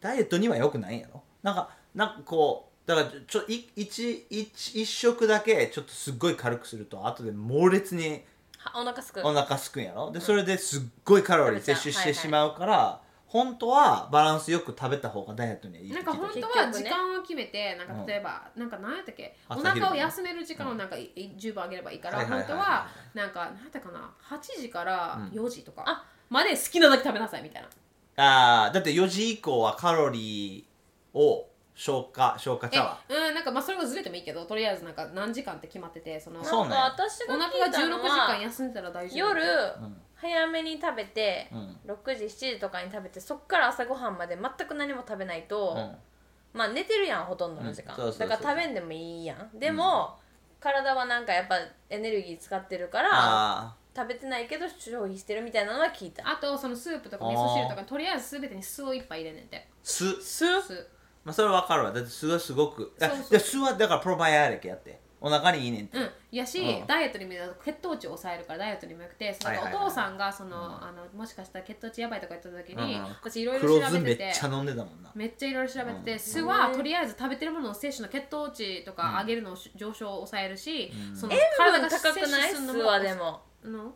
[SPEAKER 1] ダイエットにはよくないんやろなんかなんかこうだからちょい一一一食だけちょっとすっごい軽くすると後で猛烈に
[SPEAKER 3] タお腹すく
[SPEAKER 1] お腹すくんやろでそれですっごいカロリー摂取してしまうから、本当はバランスよく食べた方がダイエットにはいいって
[SPEAKER 2] な
[SPEAKER 1] 聞
[SPEAKER 2] ん
[SPEAKER 1] いた
[SPEAKER 2] か本当
[SPEAKER 3] 結
[SPEAKER 2] は
[SPEAKER 3] 局
[SPEAKER 2] 時
[SPEAKER 3] ね
[SPEAKER 2] 間を決めて、なんか例えば、なんか何やったっけ、お
[SPEAKER 1] 朝昼
[SPEAKER 2] 腹を休める時間をなんかいい10分あげればいいから、
[SPEAKER 1] はいはいは
[SPEAKER 2] 本
[SPEAKER 1] い
[SPEAKER 2] 当は、なんか何やったかな、8時から4時と
[SPEAKER 3] あ
[SPEAKER 2] かまで好きなだけ食べなさいみたいな。
[SPEAKER 1] あーだって4時以降はカロリーを消化消化ち
[SPEAKER 2] え
[SPEAKER 1] ゃうわ
[SPEAKER 2] うん、なんかまあそれがずれてもいいけど、とりあえずなんか何時間って決まってて、その
[SPEAKER 1] そう
[SPEAKER 3] なんか私
[SPEAKER 2] お
[SPEAKER 3] が
[SPEAKER 2] 腹
[SPEAKER 3] 聞
[SPEAKER 2] が
[SPEAKER 3] いたの
[SPEAKER 2] 16時
[SPEAKER 3] は
[SPEAKER 2] 間休んでたら大丈夫。
[SPEAKER 3] 夜
[SPEAKER 1] ん
[SPEAKER 3] 早めに食べて、
[SPEAKER 1] うん
[SPEAKER 3] 6時7時とかに食べてそっから朝ごはんまで全く何も食べないと、
[SPEAKER 1] うん
[SPEAKER 3] まあ寝てるやんほとんどの時
[SPEAKER 1] う
[SPEAKER 3] 間、
[SPEAKER 1] んそうそうそう
[SPEAKER 3] だから食べんでもいいやんでも、体はなんかやっぱエネルギー使ってるから
[SPEAKER 1] あ
[SPEAKER 3] 食べてないけど消費してるみたいなのは聞いた
[SPEAKER 2] あとそのスープとか味噌汁とかとりあえずすべてに酢を一杯入れんねんて
[SPEAKER 1] ー酢
[SPEAKER 3] 酢
[SPEAKER 2] 酢
[SPEAKER 1] まあそれわかるわだって酢はすごくあ
[SPEAKER 2] そうそう
[SPEAKER 1] で酢はだからプロバイオリックやってお腹にいいねんって、
[SPEAKER 2] うんやし、
[SPEAKER 1] うん
[SPEAKER 2] ダイエットにも血糖値を抑えるからダイエットにもよくてそのなん
[SPEAKER 1] はい
[SPEAKER 2] か
[SPEAKER 1] はいはい
[SPEAKER 2] お父さんがその、あのもしかしたら血糖値やばいとか言った時に、
[SPEAKER 1] うんうん
[SPEAKER 2] 私いろい
[SPEAKER 1] 黒
[SPEAKER 2] ろ
[SPEAKER 1] 酢
[SPEAKER 2] 調
[SPEAKER 1] め
[SPEAKER 2] べて
[SPEAKER 1] ってちゃ飲んでたもんな
[SPEAKER 2] めっちゃいろいろ調べてて、
[SPEAKER 1] うん
[SPEAKER 2] 酢は
[SPEAKER 3] うん
[SPEAKER 2] とりあえず食べてるものの摂取の血糖値とか上げるのをし上昇を抑えるし、
[SPEAKER 1] うん
[SPEAKER 2] その
[SPEAKER 3] 塩分高くない
[SPEAKER 2] 摂取する
[SPEAKER 3] 酢
[SPEAKER 2] の
[SPEAKER 3] はでも
[SPEAKER 2] の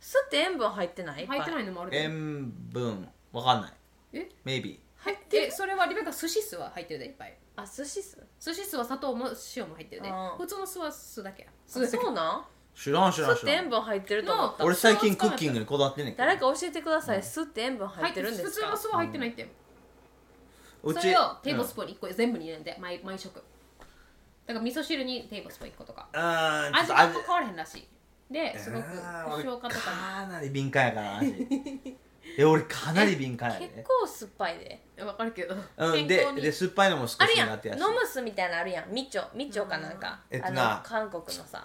[SPEAKER 3] 酢って塩分入ってない
[SPEAKER 2] 入ってないいのもあるけど
[SPEAKER 1] 塩分わかんない
[SPEAKER 2] え
[SPEAKER 1] maybe
[SPEAKER 2] 入ってえそれはリベカ寿司酢は入ってるでいっぱい
[SPEAKER 3] あ寿司酢
[SPEAKER 2] 寿司酢は砂糖も塩も入ってるで
[SPEAKER 3] うん
[SPEAKER 2] 普通の酢は酢だけや酢
[SPEAKER 3] あ
[SPEAKER 2] だけ
[SPEAKER 3] そうなん
[SPEAKER 1] 知らん知らん
[SPEAKER 3] 酢っ
[SPEAKER 1] 知
[SPEAKER 3] て
[SPEAKER 1] ら
[SPEAKER 3] 塩
[SPEAKER 1] ん
[SPEAKER 3] 分入ってると思った
[SPEAKER 2] の
[SPEAKER 1] 俺最近クッキングにこだわってんねんけど
[SPEAKER 3] 誰か教えてください酢って塩分入ってるんで
[SPEAKER 2] 普
[SPEAKER 3] す
[SPEAKER 2] 通
[SPEAKER 3] か
[SPEAKER 2] の酢は入ってないって、
[SPEAKER 1] う
[SPEAKER 2] そ
[SPEAKER 1] ち
[SPEAKER 2] れをテーブル
[SPEAKER 1] うん
[SPEAKER 2] スプーン1個全部に入れんで毎毎食だから味噌汁にテーブルスプーン1個とか
[SPEAKER 1] あーちょっと
[SPEAKER 2] 味があんま変わらへんらしいで
[SPEAKER 1] えー
[SPEAKER 2] すごく消化とか
[SPEAKER 1] かなり敏感やから私
[SPEAKER 2] [LAUGHS]
[SPEAKER 1] え俺かなり敏感や
[SPEAKER 3] 結
[SPEAKER 1] ね
[SPEAKER 3] 構酸っぱいで
[SPEAKER 2] にわかるけど
[SPEAKER 1] うん
[SPEAKER 2] 健
[SPEAKER 1] で
[SPEAKER 2] 康に
[SPEAKER 1] で酸っぱいのも少し
[SPEAKER 3] あるやん
[SPEAKER 1] 苦手やし
[SPEAKER 3] 飲む酢みたいなのあるやんみちょみちょかなんか、
[SPEAKER 1] うんえっとな
[SPEAKER 3] あの韓国のさ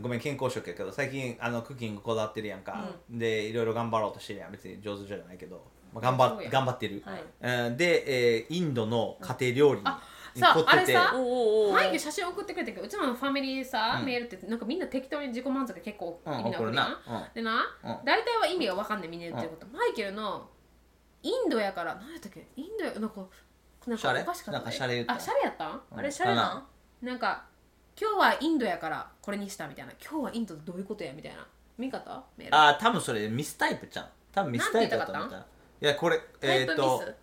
[SPEAKER 1] ごめん健康食やけど最近あのクッキングこだわってるやんか、でいろいろ頑張ろうとしてるやん別に上手じゃないけど、まあ、頑
[SPEAKER 2] そう
[SPEAKER 1] 張
[SPEAKER 2] や
[SPEAKER 1] 頑張ってる、
[SPEAKER 3] はい
[SPEAKER 1] うんで、えーインドの家庭料理
[SPEAKER 2] あ
[SPEAKER 1] に
[SPEAKER 2] さあ
[SPEAKER 1] 凝ってて
[SPEAKER 2] あれさ
[SPEAKER 3] おおお
[SPEAKER 2] 毎日写真送ってくれてるけどうちらのファミリーさ、
[SPEAKER 1] うん
[SPEAKER 2] メールってなんかみんな適当に自己満足が結構
[SPEAKER 1] うん
[SPEAKER 2] 意味
[SPEAKER 1] 怒るな
[SPEAKER 2] やん
[SPEAKER 1] うん
[SPEAKER 2] でな、
[SPEAKER 1] うん
[SPEAKER 2] 大体は意味がわかんないみんな言ってること、マイケルのインドやから何やったっけインドやなんかなん
[SPEAKER 1] シャレ
[SPEAKER 2] かおかしかった
[SPEAKER 1] なんかシャレ言った
[SPEAKER 2] あシャレやったん
[SPEAKER 3] あれシャレな
[SPEAKER 1] うん
[SPEAKER 3] ん
[SPEAKER 2] なんか今日はインドやからこれにしたみたいな今日はインドどういうことやみたいな見方メール
[SPEAKER 1] あー多分それミスタイプちゃん多分ミスタイプだと思った
[SPEAKER 2] なん
[SPEAKER 1] いやこれ
[SPEAKER 3] タ
[SPEAKER 1] え
[SPEAKER 3] イ
[SPEAKER 1] っ、
[SPEAKER 3] プ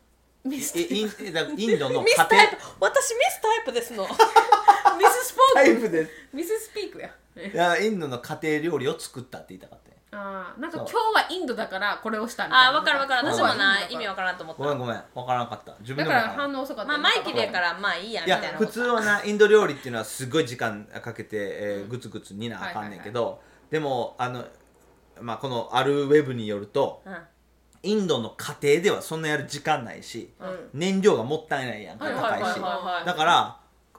[SPEAKER 3] ミス、
[SPEAKER 1] とえ
[SPEAKER 2] ミス
[SPEAKER 1] インえだからインドの家
[SPEAKER 3] ミス
[SPEAKER 1] 庭
[SPEAKER 3] タイプ私ミスタイプですのミススポ
[SPEAKER 1] タ
[SPEAKER 3] ー
[SPEAKER 1] イプです
[SPEAKER 2] ミススピークや
[SPEAKER 1] いやインドの家庭料理を作ったって言いたかったね
[SPEAKER 2] あーなんか
[SPEAKER 1] そう
[SPEAKER 2] 今日はインドだからこれをしたみたいな
[SPEAKER 3] あー分かる分かる
[SPEAKER 2] なん
[SPEAKER 3] 私
[SPEAKER 1] わか
[SPEAKER 3] も
[SPEAKER 1] る
[SPEAKER 3] な意味
[SPEAKER 2] は
[SPEAKER 3] 分からんと思っ
[SPEAKER 1] ごめん
[SPEAKER 3] た
[SPEAKER 1] ごめん分からんかった自分
[SPEAKER 2] だ
[SPEAKER 1] でも
[SPEAKER 2] か
[SPEAKER 1] わ
[SPEAKER 2] ら
[SPEAKER 1] からん
[SPEAKER 2] 反応遅かった
[SPEAKER 3] まあマイキルやからまあいいや
[SPEAKER 1] い
[SPEAKER 3] みたいな
[SPEAKER 1] や
[SPEAKER 3] こと
[SPEAKER 1] 普通はなインド料理っていうのはすごい時間かけて、えー、グツグツ煮なあかんねんけど、でもあの、まあ、このあるウェブによると
[SPEAKER 3] うん
[SPEAKER 1] インドの家庭ではそんなやる時間ないし、
[SPEAKER 2] うん
[SPEAKER 1] 燃料がもったいないやんか
[SPEAKER 3] はい
[SPEAKER 1] 高いし、
[SPEAKER 3] はいはいはいはい
[SPEAKER 1] だから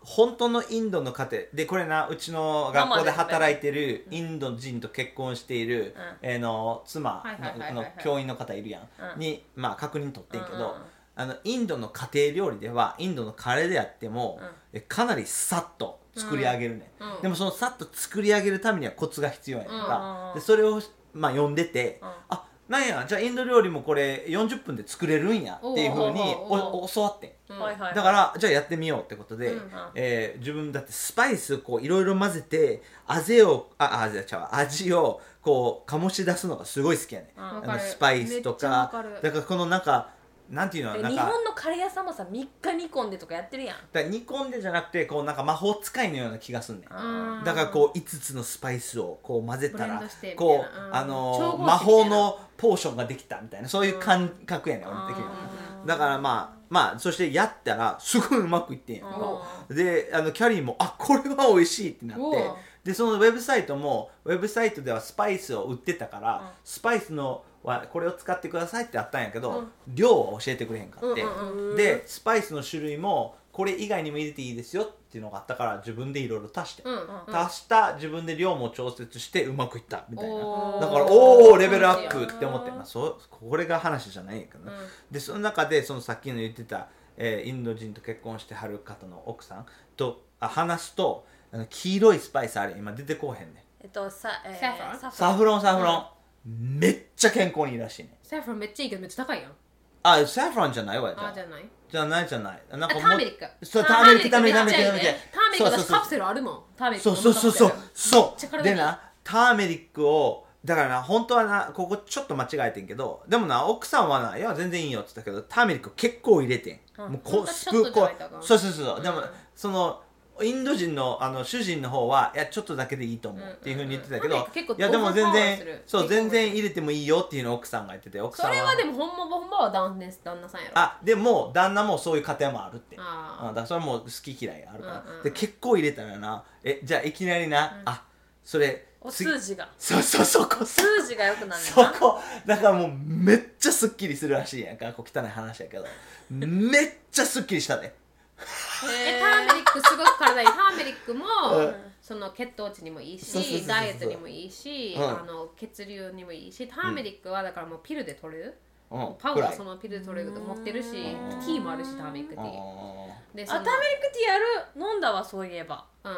[SPEAKER 1] 本当のインドの家庭でこれなうちの学校で働いてるインド人と結婚している、えーの妻
[SPEAKER 2] はいはいはいはい
[SPEAKER 1] の
[SPEAKER 2] はい
[SPEAKER 1] の教員の方いるやん、
[SPEAKER 3] うん
[SPEAKER 1] に、まあ、確認取ってんけど、
[SPEAKER 3] うんうんうん
[SPEAKER 1] あのインドの家庭料理ではインドのカレーであっても、
[SPEAKER 3] うん
[SPEAKER 1] えかなりさっと作り上げるね、
[SPEAKER 2] うんうん
[SPEAKER 1] でもそのさっと作り上げるためにはコツが必要やねんか、
[SPEAKER 3] うん
[SPEAKER 1] でそれを、まあ、読んでて、
[SPEAKER 3] うん
[SPEAKER 1] あなんやじゃあインド料理もこれ40分で作れるんやっていうふうに
[SPEAKER 2] おうおうおうおう
[SPEAKER 1] お教わってん
[SPEAKER 2] うん
[SPEAKER 3] はいはい
[SPEAKER 1] だからじゃあやってみようってことで、
[SPEAKER 2] うん
[SPEAKER 1] えー自分だってスパイスこういろいろ混ぜてあぜをああぜちゃうわ味をこう醸し出すのがすごい好きやね、
[SPEAKER 3] うん
[SPEAKER 1] あ
[SPEAKER 2] わか
[SPEAKER 1] の
[SPEAKER 2] る
[SPEAKER 1] スパイスと
[SPEAKER 2] めっちゃわ
[SPEAKER 1] か
[SPEAKER 2] かる
[SPEAKER 1] だからこのなんかなんていうの
[SPEAKER 3] え
[SPEAKER 1] なん
[SPEAKER 3] 日
[SPEAKER 1] か
[SPEAKER 3] 本のカレー屋さんもさ3日煮込んでとかやってるやん
[SPEAKER 1] だから煮込んでじゃなくてこうなんか魔法使いのような気がすんねん
[SPEAKER 2] うん
[SPEAKER 1] だからこう5つのスパイスをこう混ぜた
[SPEAKER 2] ブレン
[SPEAKER 1] ら
[SPEAKER 2] ドしてみたいな
[SPEAKER 1] こ
[SPEAKER 2] う
[SPEAKER 1] うんあの
[SPEAKER 2] 調
[SPEAKER 1] ー
[SPEAKER 2] 合
[SPEAKER 1] 魔
[SPEAKER 2] してみた
[SPEAKER 1] 法
[SPEAKER 2] いな
[SPEAKER 1] のポーションができたみたいなそういう感覚やねん俺的には
[SPEAKER 3] あー
[SPEAKER 1] だからまあまあそしてやったらすごいうまくいってんやんかであのキャリーも「あこれは美味しい」ってなって
[SPEAKER 2] おう
[SPEAKER 1] でそのウェブサイトもウェブサイトではスパイスを売ってたから、
[SPEAKER 3] うん
[SPEAKER 1] スパイスのはこれを使ってくださいってあったんやけど、
[SPEAKER 2] うん
[SPEAKER 1] 量は教えてくれへんかって、
[SPEAKER 2] うんうん
[SPEAKER 3] うん
[SPEAKER 1] でスパイスの種類もこれ以外にも入れていいですよっていうのがあったから自分でいろいろ足して、
[SPEAKER 2] うん
[SPEAKER 1] 足した自分で量も調節してうまくいったみたいな
[SPEAKER 2] おー
[SPEAKER 1] だからおおレベルアップって思って、
[SPEAKER 3] うん
[SPEAKER 1] まあ、そうこれが話じゃないんやけどね、でその中でそのさっきの言ってた、えーインド人と結婚してはる方の奥さんとあ話すとあの黄色いスパイスあれ今出てこうへんね
[SPEAKER 3] えっとさ、えー
[SPEAKER 2] サフラン
[SPEAKER 1] サフロンサフロン
[SPEAKER 3] うん、
[SPEAKER 1] めっちゃ健康にいいらしいね
[SPEAKER 2] サフランめっちゃいいけどめっちゃ高いやん
[SPEAKER 1] あサフロンじゃないわじゃ
[SPEAKER 2] あ
[SPEAKER 1] あ
[SPEAKER 2] じゃない
[SPEAKER 1] じゃないじゃないなん
[SPEAKER 2] あ
[SPEAKER 1] か
[SPEAKER 2] タ
[SPEAKER 1] も
[SPEAKER 2] ーメリック
[SPEAKER 1] そうターメリックターメリック
[SPEAKER 2] めっちゃいいねタ
[SPEAKER 1] ター
[SPEAKER 2] ー
[SPEAKER 1] メ
[SPEAKER 2] メリ
[SPEAKER 1] リッ
[SPEAKER 2] ック
[SPEAKER 1] ク
[SPEAKER 2] だしカプセルあるもんターメリック
[SPEAKER 1] そう
[SPEAKER 2] の
[SPEAKER 1] そうそうそう
[SPEAKER 2] カプセル
[SPEAKER 1] そ
[SPEAKER 2] めっちゃ
[SPEAKER 1] うで
[SPEAKER 2] 体にいい
[SPEAKER 1] なターメリックをだからな本当はなここちょっと間違えてんけどでもな奥さんはないや全然いいよって言ったけどターメリック結構入れてん、
[SPEAKER 3] うん
[SPEAKER 1] もう
[SPEAKER 2] ほん
[SPEAKER 1] う
[SPEAKER 2] と
[SPEAKER 1] ス
[SPEAKER 2] ち
[SPEAKER 1] プ
[SPEAKER 2] ょっ
[SPEAKER 1] ーこ
[SPEAKER 2] とじゃないとあかん
[SPEAKER 1] うそうそうそう、でも
[SPEAKER 2] うん
[SPEAKER 1] そのインド人のあの主人の方はいやちょっとだけでいいと思うっていうふうに言ってたけど、
[SPEAKER 2] うんうんうんターメリック結構
[SPEAKER 1] いやでも全
[SPEAKER 2] オーバーパワーす
[SPEAKER 1] 然
[SPEAKER 2] る
[SPEAKER 1] そう
[SPEAKER 2] 結構
[SPEAKER 1] 全然入れてもいいよっていうのを奥さんが言ってて奥さん
[SPEAKER 2] そ
[SPEAKER 1] は
[SPEAKER 2] れはでもほんまほんまは旦那旦那さんやろ
[SPEAKER 1] あでも旦那もそういう家庭もあるって
[SPEAKER 2] あー
[SPEAKER 1] うんだからそれも好き嫌いあるから、
[SPEAKER 2] うんうん
[SPEAKER 1] で結構入れたらなえじゃあいきなりな、あそれ
[SPEAKER 3] お
[SPEAKER 1] 次
[SPEAKER 3] 数字が
[SPEAKER 1] そうそうそこそ
[SPEAKER 3] 数字が良くなる
[SPEAKER 1] そこだからもうめっちゃすっきりするらしいやんかこう汚い話やけどめっちゃすっきりしたね
[SPEAKER 2] えターメリックすごく体にターメリックも、
[SPEAKER 1] うん
[SPEAKER 2] その血糖値にもいい
[SPEAKER 1] そうそうそう
[SPEAKER 2] し
[SPEAKER 1] そう
[SPEAKER 2] ダイエットにもいいし、
[SPEAKER 1] うん
[SPEAKER 2] あの血流にもいいしターメリックはだからもうピルで取れる、
[SPEAKER 1] うん
[SPEAKER 2] パウダ
[SPEAKER 1] 暗
[SPEAKER 2] ー
[SPEAKER 1] い
[SPEAKER 2] そのピルで取れると持ってるしテ
[SPEAKER 1] ん
[SPEAKER 2] ィーもあるしターメリックティ
[SPEAKER 1] うん
[SPEAKER 2] ーでその
[SPEAKER 3] あターメリックティーやる飲んだわそういえば
[SPEAKER 2] うん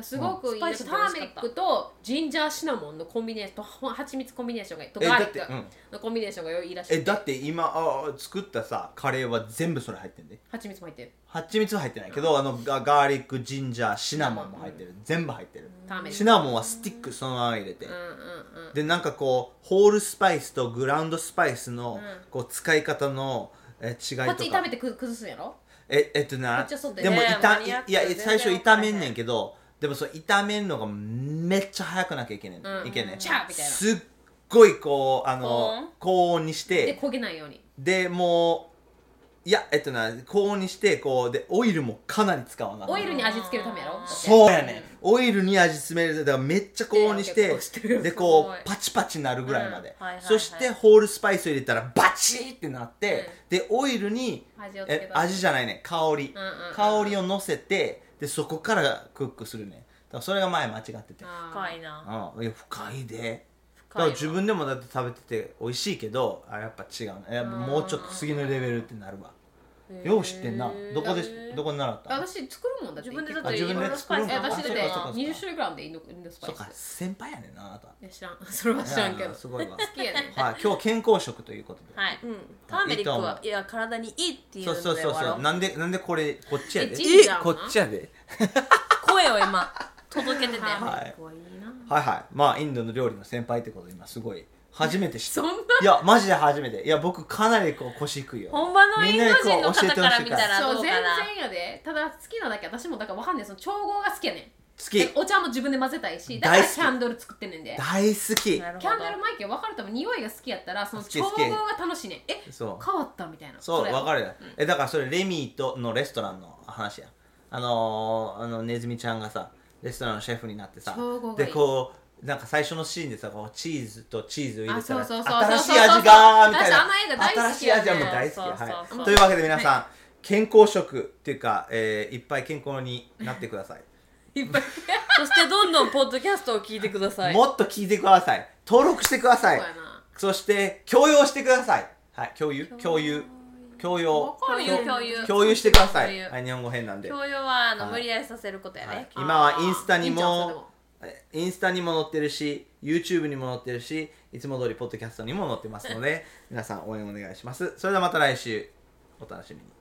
[SPEAKER 2] すごくいい、
[SPEAKER 3] うん
[SPEAKER 2] タ
[SPEAKER 3] スパイ
[SPEAKER 2] ー
[SPEAKER 3] ス
[SPEAKER 2] メ
[SPEAKER 3] で美味し
[SPEAKER 2] リ
[SPEAKER 3] かった
[SPEAKER 2] ックとジンジャーシナモンのコンビネーションとほ蜂蜜コンビネーションがいいと
[SPEAKER 1] え
[SPEAKER 2] ガーリ
[SPEAKER 1] だっ
[SPEAKER 2] ッ
[SPEAKER 1] て、う
[SPEAKER 2] ク
[SPEAKER 1] ん、
[SPEAKER 2] のコンビネーションがいいらしい
[SPEAKER 1] えだって今あー作ったさカレーは全部それ入ってんで
[SPEAKER 2] 蜂蜜も入ってる
[SPEAKER 1] 蜂蜜は入ってないけどあのガガーリックジンジャーシナモンも入ってる全部入ってる
[SPEAKER 2] ターメリッ
[SPEAKER 1] シ
[SPEAKER 2] ク
[SPEAKER 1] ナモンはスティックそのまま入れて、
[SPEAKER 2] うんうんうん
[SPEAKER 1] でなんかこうホールスパイスとグラウンドスパイスの、
[SPEAKER 2] うん
[SPEAKER 1] こう使い方のえ違い
[SPEAKER 2] こっ
[SPEAKER 1] と
[SPEAKER 2] ち
[SPEAKER 1] か
[SPEAKER 2] 炒めてく崩すんやろ
[SPEAKER 1] ええっとな
[SPEAKER 2] こっちはそうだ
[SPEAKER 1] で
[SPEAKER 2] よ
[SPEAKER 1] も
[SPEAKER 2] ね
[SPEAKER 3] マ
[SPEAKER 1] 炒
[SPEAKER 3] ニアッ
[SPEAKER 1] い
[SPEAKER 3] ク
[SPEAKER 1] いや
[SPEAKER 3] 全然
[SPEAKER 1] 最初
[SPEAKER 3] わか
[SPEAKER 1] 炒
[SPEAKER 3] んない
[SPEAKER 1] めんねんけどでもその炒めんのがめっちゃ早くなきゃいけねん、
[SPEAKER 2] うん
[SPEAKER 1] いけねん
[SPEAKER 2] チャーみたいな
[SPEAKER 1] すっごいこうあの高温にし
[SPEAKER 2] で
[SPEAKER 1] て
[SPEAKER 2] 焦げないように
[SPEAKER 1] でもういやえっとな高温にしてこうでオイルもかなり使わな
[SPEAKER 2] オイルに味付けるためやろだって
[SPEAKER 1] そうやねんオイルに味詰めるだからめっちゃ高温にし
[SPEAKER 2] いや
[SPEAKER 1] て
[SPEAKER 2] 結構してる
[SPEAKER 1] ですこ
[SPEAKER 3] ごいう
[SPEAKER 1] パチパチなるぐらいまで、
[SPEAKER 3] うんはいはいはい
[SPEAKER 1] そしてホールスパイスを入れたらバチーってなって、でオイルに
[SPEAKER 2] 味をつけ
[SPEAKER 1] え
[SPEAKER 2] た
[SPEAKER 1] 味じゃないね香り、
[SPEAKER 2] うんうんうん
[SPEAKER 1] 香りを乗せてでそこからクックするねだからそれが前間違ってて
[SPEAKER 3] 深い
[SPEAKER 2] い
[SPEAKER 3] な
[SPEAKER 1] うん、いや深いでだ
[SPEAKER 3] 深い
[SPEAKER 1] か
[SPEAKER 3] わ
[SPEAKER 1] ら自分でもだって食べてて美味しいけどあやっぱ違うねやっぱもうちょっと次のレベルってなるわよう知ってんなどこでどこで習ったの
[SPEAKER 2] 私作るもんだって
[SPEAKER 3] 自分で
[SPEAKER 2] 結
[SPEAKER 3] だっ
[SPEAKER 2] 構
[SPEAKER 1] あ
[SPEAKER 3] て
[SPEAKER 1] 自分で
[SPEAKER 3] いろいろスパイス
[SPEAKER 2] え
[SPEAKER 1] 作るもんあそうかそ
[SPEAKER 2] 私だって
[SPEAKER 1] うかそうか
[SPEAKER 2] 20種類ぐらいまでインドインドスパ
[SPEAKER 1] そ
[SPEAKER 2] イ
[SPEAKER 1] うか
[SPEAKER 2] ス
[SPEAKER 1] 先輩やねんなあなた
[SPEAKER 2] いや知らんそれは知らんけ
[SPEAKER 1] い
[SPEAKER 2] ど
[SPEAKER 1] や
[SPEAKER 2] 好
[SPEAKER 1] すごいわ
[SPEAKER 2] きや
[SPEAKER 1] [LAUGHS]
[SPEAKER 2] ね
[SPEAKER 1] はい、今日健康食ということで。
[SPEAKER 3] はい、うん、ターメリック
[SPEAKER 1] いいと思
[SPEAKER 3] は
[SPEAKER 1] う
[SPEAKER 3] いや体にいいっていう
[SPEAKER 1] そう
[SPEAKER 3] ので
[SPEAKER 1] そうそう
[SPEAKER 3] 終わ
[SPEAKER 1] そ
[SPEAKER 3] ろ
[SPEAKER 1] う。
[SPEAKER 3] う
[SPEAKER 1] なんでなんでこれこっちやで。
[SPEAKER 2] え神社
[SPEAKER 1] えこっちやで。
[SPEAKER 3] 声を今届けてて、
[SPEAKER 1] はい
[SPEAKER 2] ターメリックはいいな
[SPEAKER 1] はいはい。まあインドの料理の先輩ってことで今すごい初めて
[SPEAKER 3] [LAUGHS]
[SPEAKER 1] 知
[SPEAKER 2] そ
[SPEAKER 1] っ
[SPEAKER 2] ん
[SPEAKER 1] た。
[SPEAKER 2] ない
[SPEAKER 1] やマジで初めて。いや僕かなりこう腰低いよ。
[SPEAKER 3] 本場のインド人の方から見たら
[SPEAKER 2] そう
[SPEAKER 3] どう
[SPEAKER 2] 全
[SPEAKER 3] かな
[SPEAKER 2] 然やでただ好きなだけ私もだからわかんないその調合が好きやねん
[SPEAKER 1] 好
[SPEAKER 2] でお茶も自分で混ぜたいしだか
[SPEAKER 1] 大
[SPEAKER 2] ら
[SPEAKER 1] 好き
[SPEAKER 2] キャンドル作ってんねんで
[SPEAKER 1] 大好き。
[SPEAKER 3] なるほ
[SPEAKER 2] キ
[SPEAKER 3] ど
[SPEAKER 2] ャンドルマイケル分かるために匂いが好きやったらその
[SPEAKER 1] 好
[SPEAKER 2] 調
[SPEAKER 1] き好
[SPEAKER 2] 合
[SPEAKER 1] き
[SPEAKER 2] が楽しいねんえ
[SPEAKER 1] そう。
[SPEAKER 2] 変わったみたいな
[SPEAKER 1] そう
[SPEAKER 2] れは
[SPEAKER 1] わかるよ。えだからそれレミーとのレストランの話や。あのー、あのネズミちゃんがさレストランのシェフになってさ
[SPEAKER 2] 超豪華
[SPEAKER 1] で
[SPEAKER 2] いい
[SPEAKER 1] こうなんか最初のシーンでさこうチーズとチーズを入れたら
[SPEAKER 2] あそうそうそう
[SPEAKER 1] 新しい味がーみたい
[SPEAKER 2] 私
[SPEAKER 1] な
[SPEAKER 2] あの映画大好きやね
[SPEAKER 1] 新しい味はもう大好き
[SPEAKER 3] そうそう
[SPEAKER 1] は
[SPEAKER 3] そう
[SPEAKER 1] いというわけで皆さん健康食っていうか、えーいっぱい健康になってくださ
[SPEAKER 2] [LAUGHS]
[SPEAKER 1] い
[SPEAKER 2] いっぱい
[SPEAKER 3] [LAUGHS] そしてどんどんポッドキャストを聞いてください
[SPEAKER 1] もっと聞いてください登録してください
[SPEAKER 2] そうやな
[SPEAKER 1] そして共用してくださいはい共有共有共用
[SPEAKER 2] わか
[SPEAKER 3] 共
[SPEAKER 2] る
[SPEAKER 3] 有
[SPEAKER 2] よ
[SPEAKER 3] 共有
[SPEAKER 1] 共有してください
[SPEAKER 3] 共有
[SPEAKER 1] はい日本語変なんで
[SPEAKER 3] 共有はあの
[SPEAKER 1] はい
[SPEAKER 3] 無理やりさせることや
[SPEAKER 1] はい
[SPEAKER 3] ね、
[SPEAKER 1] 今はインスタに
[SPEAKER 2] いいんちゃうそれでも
[SPEAKER 1] もえインスタにも載ってるし YouTube にも載ってるしいつも通りポッドキャストにも載ってますので皆さん応援お願いしますそれではまた来週お楽しみに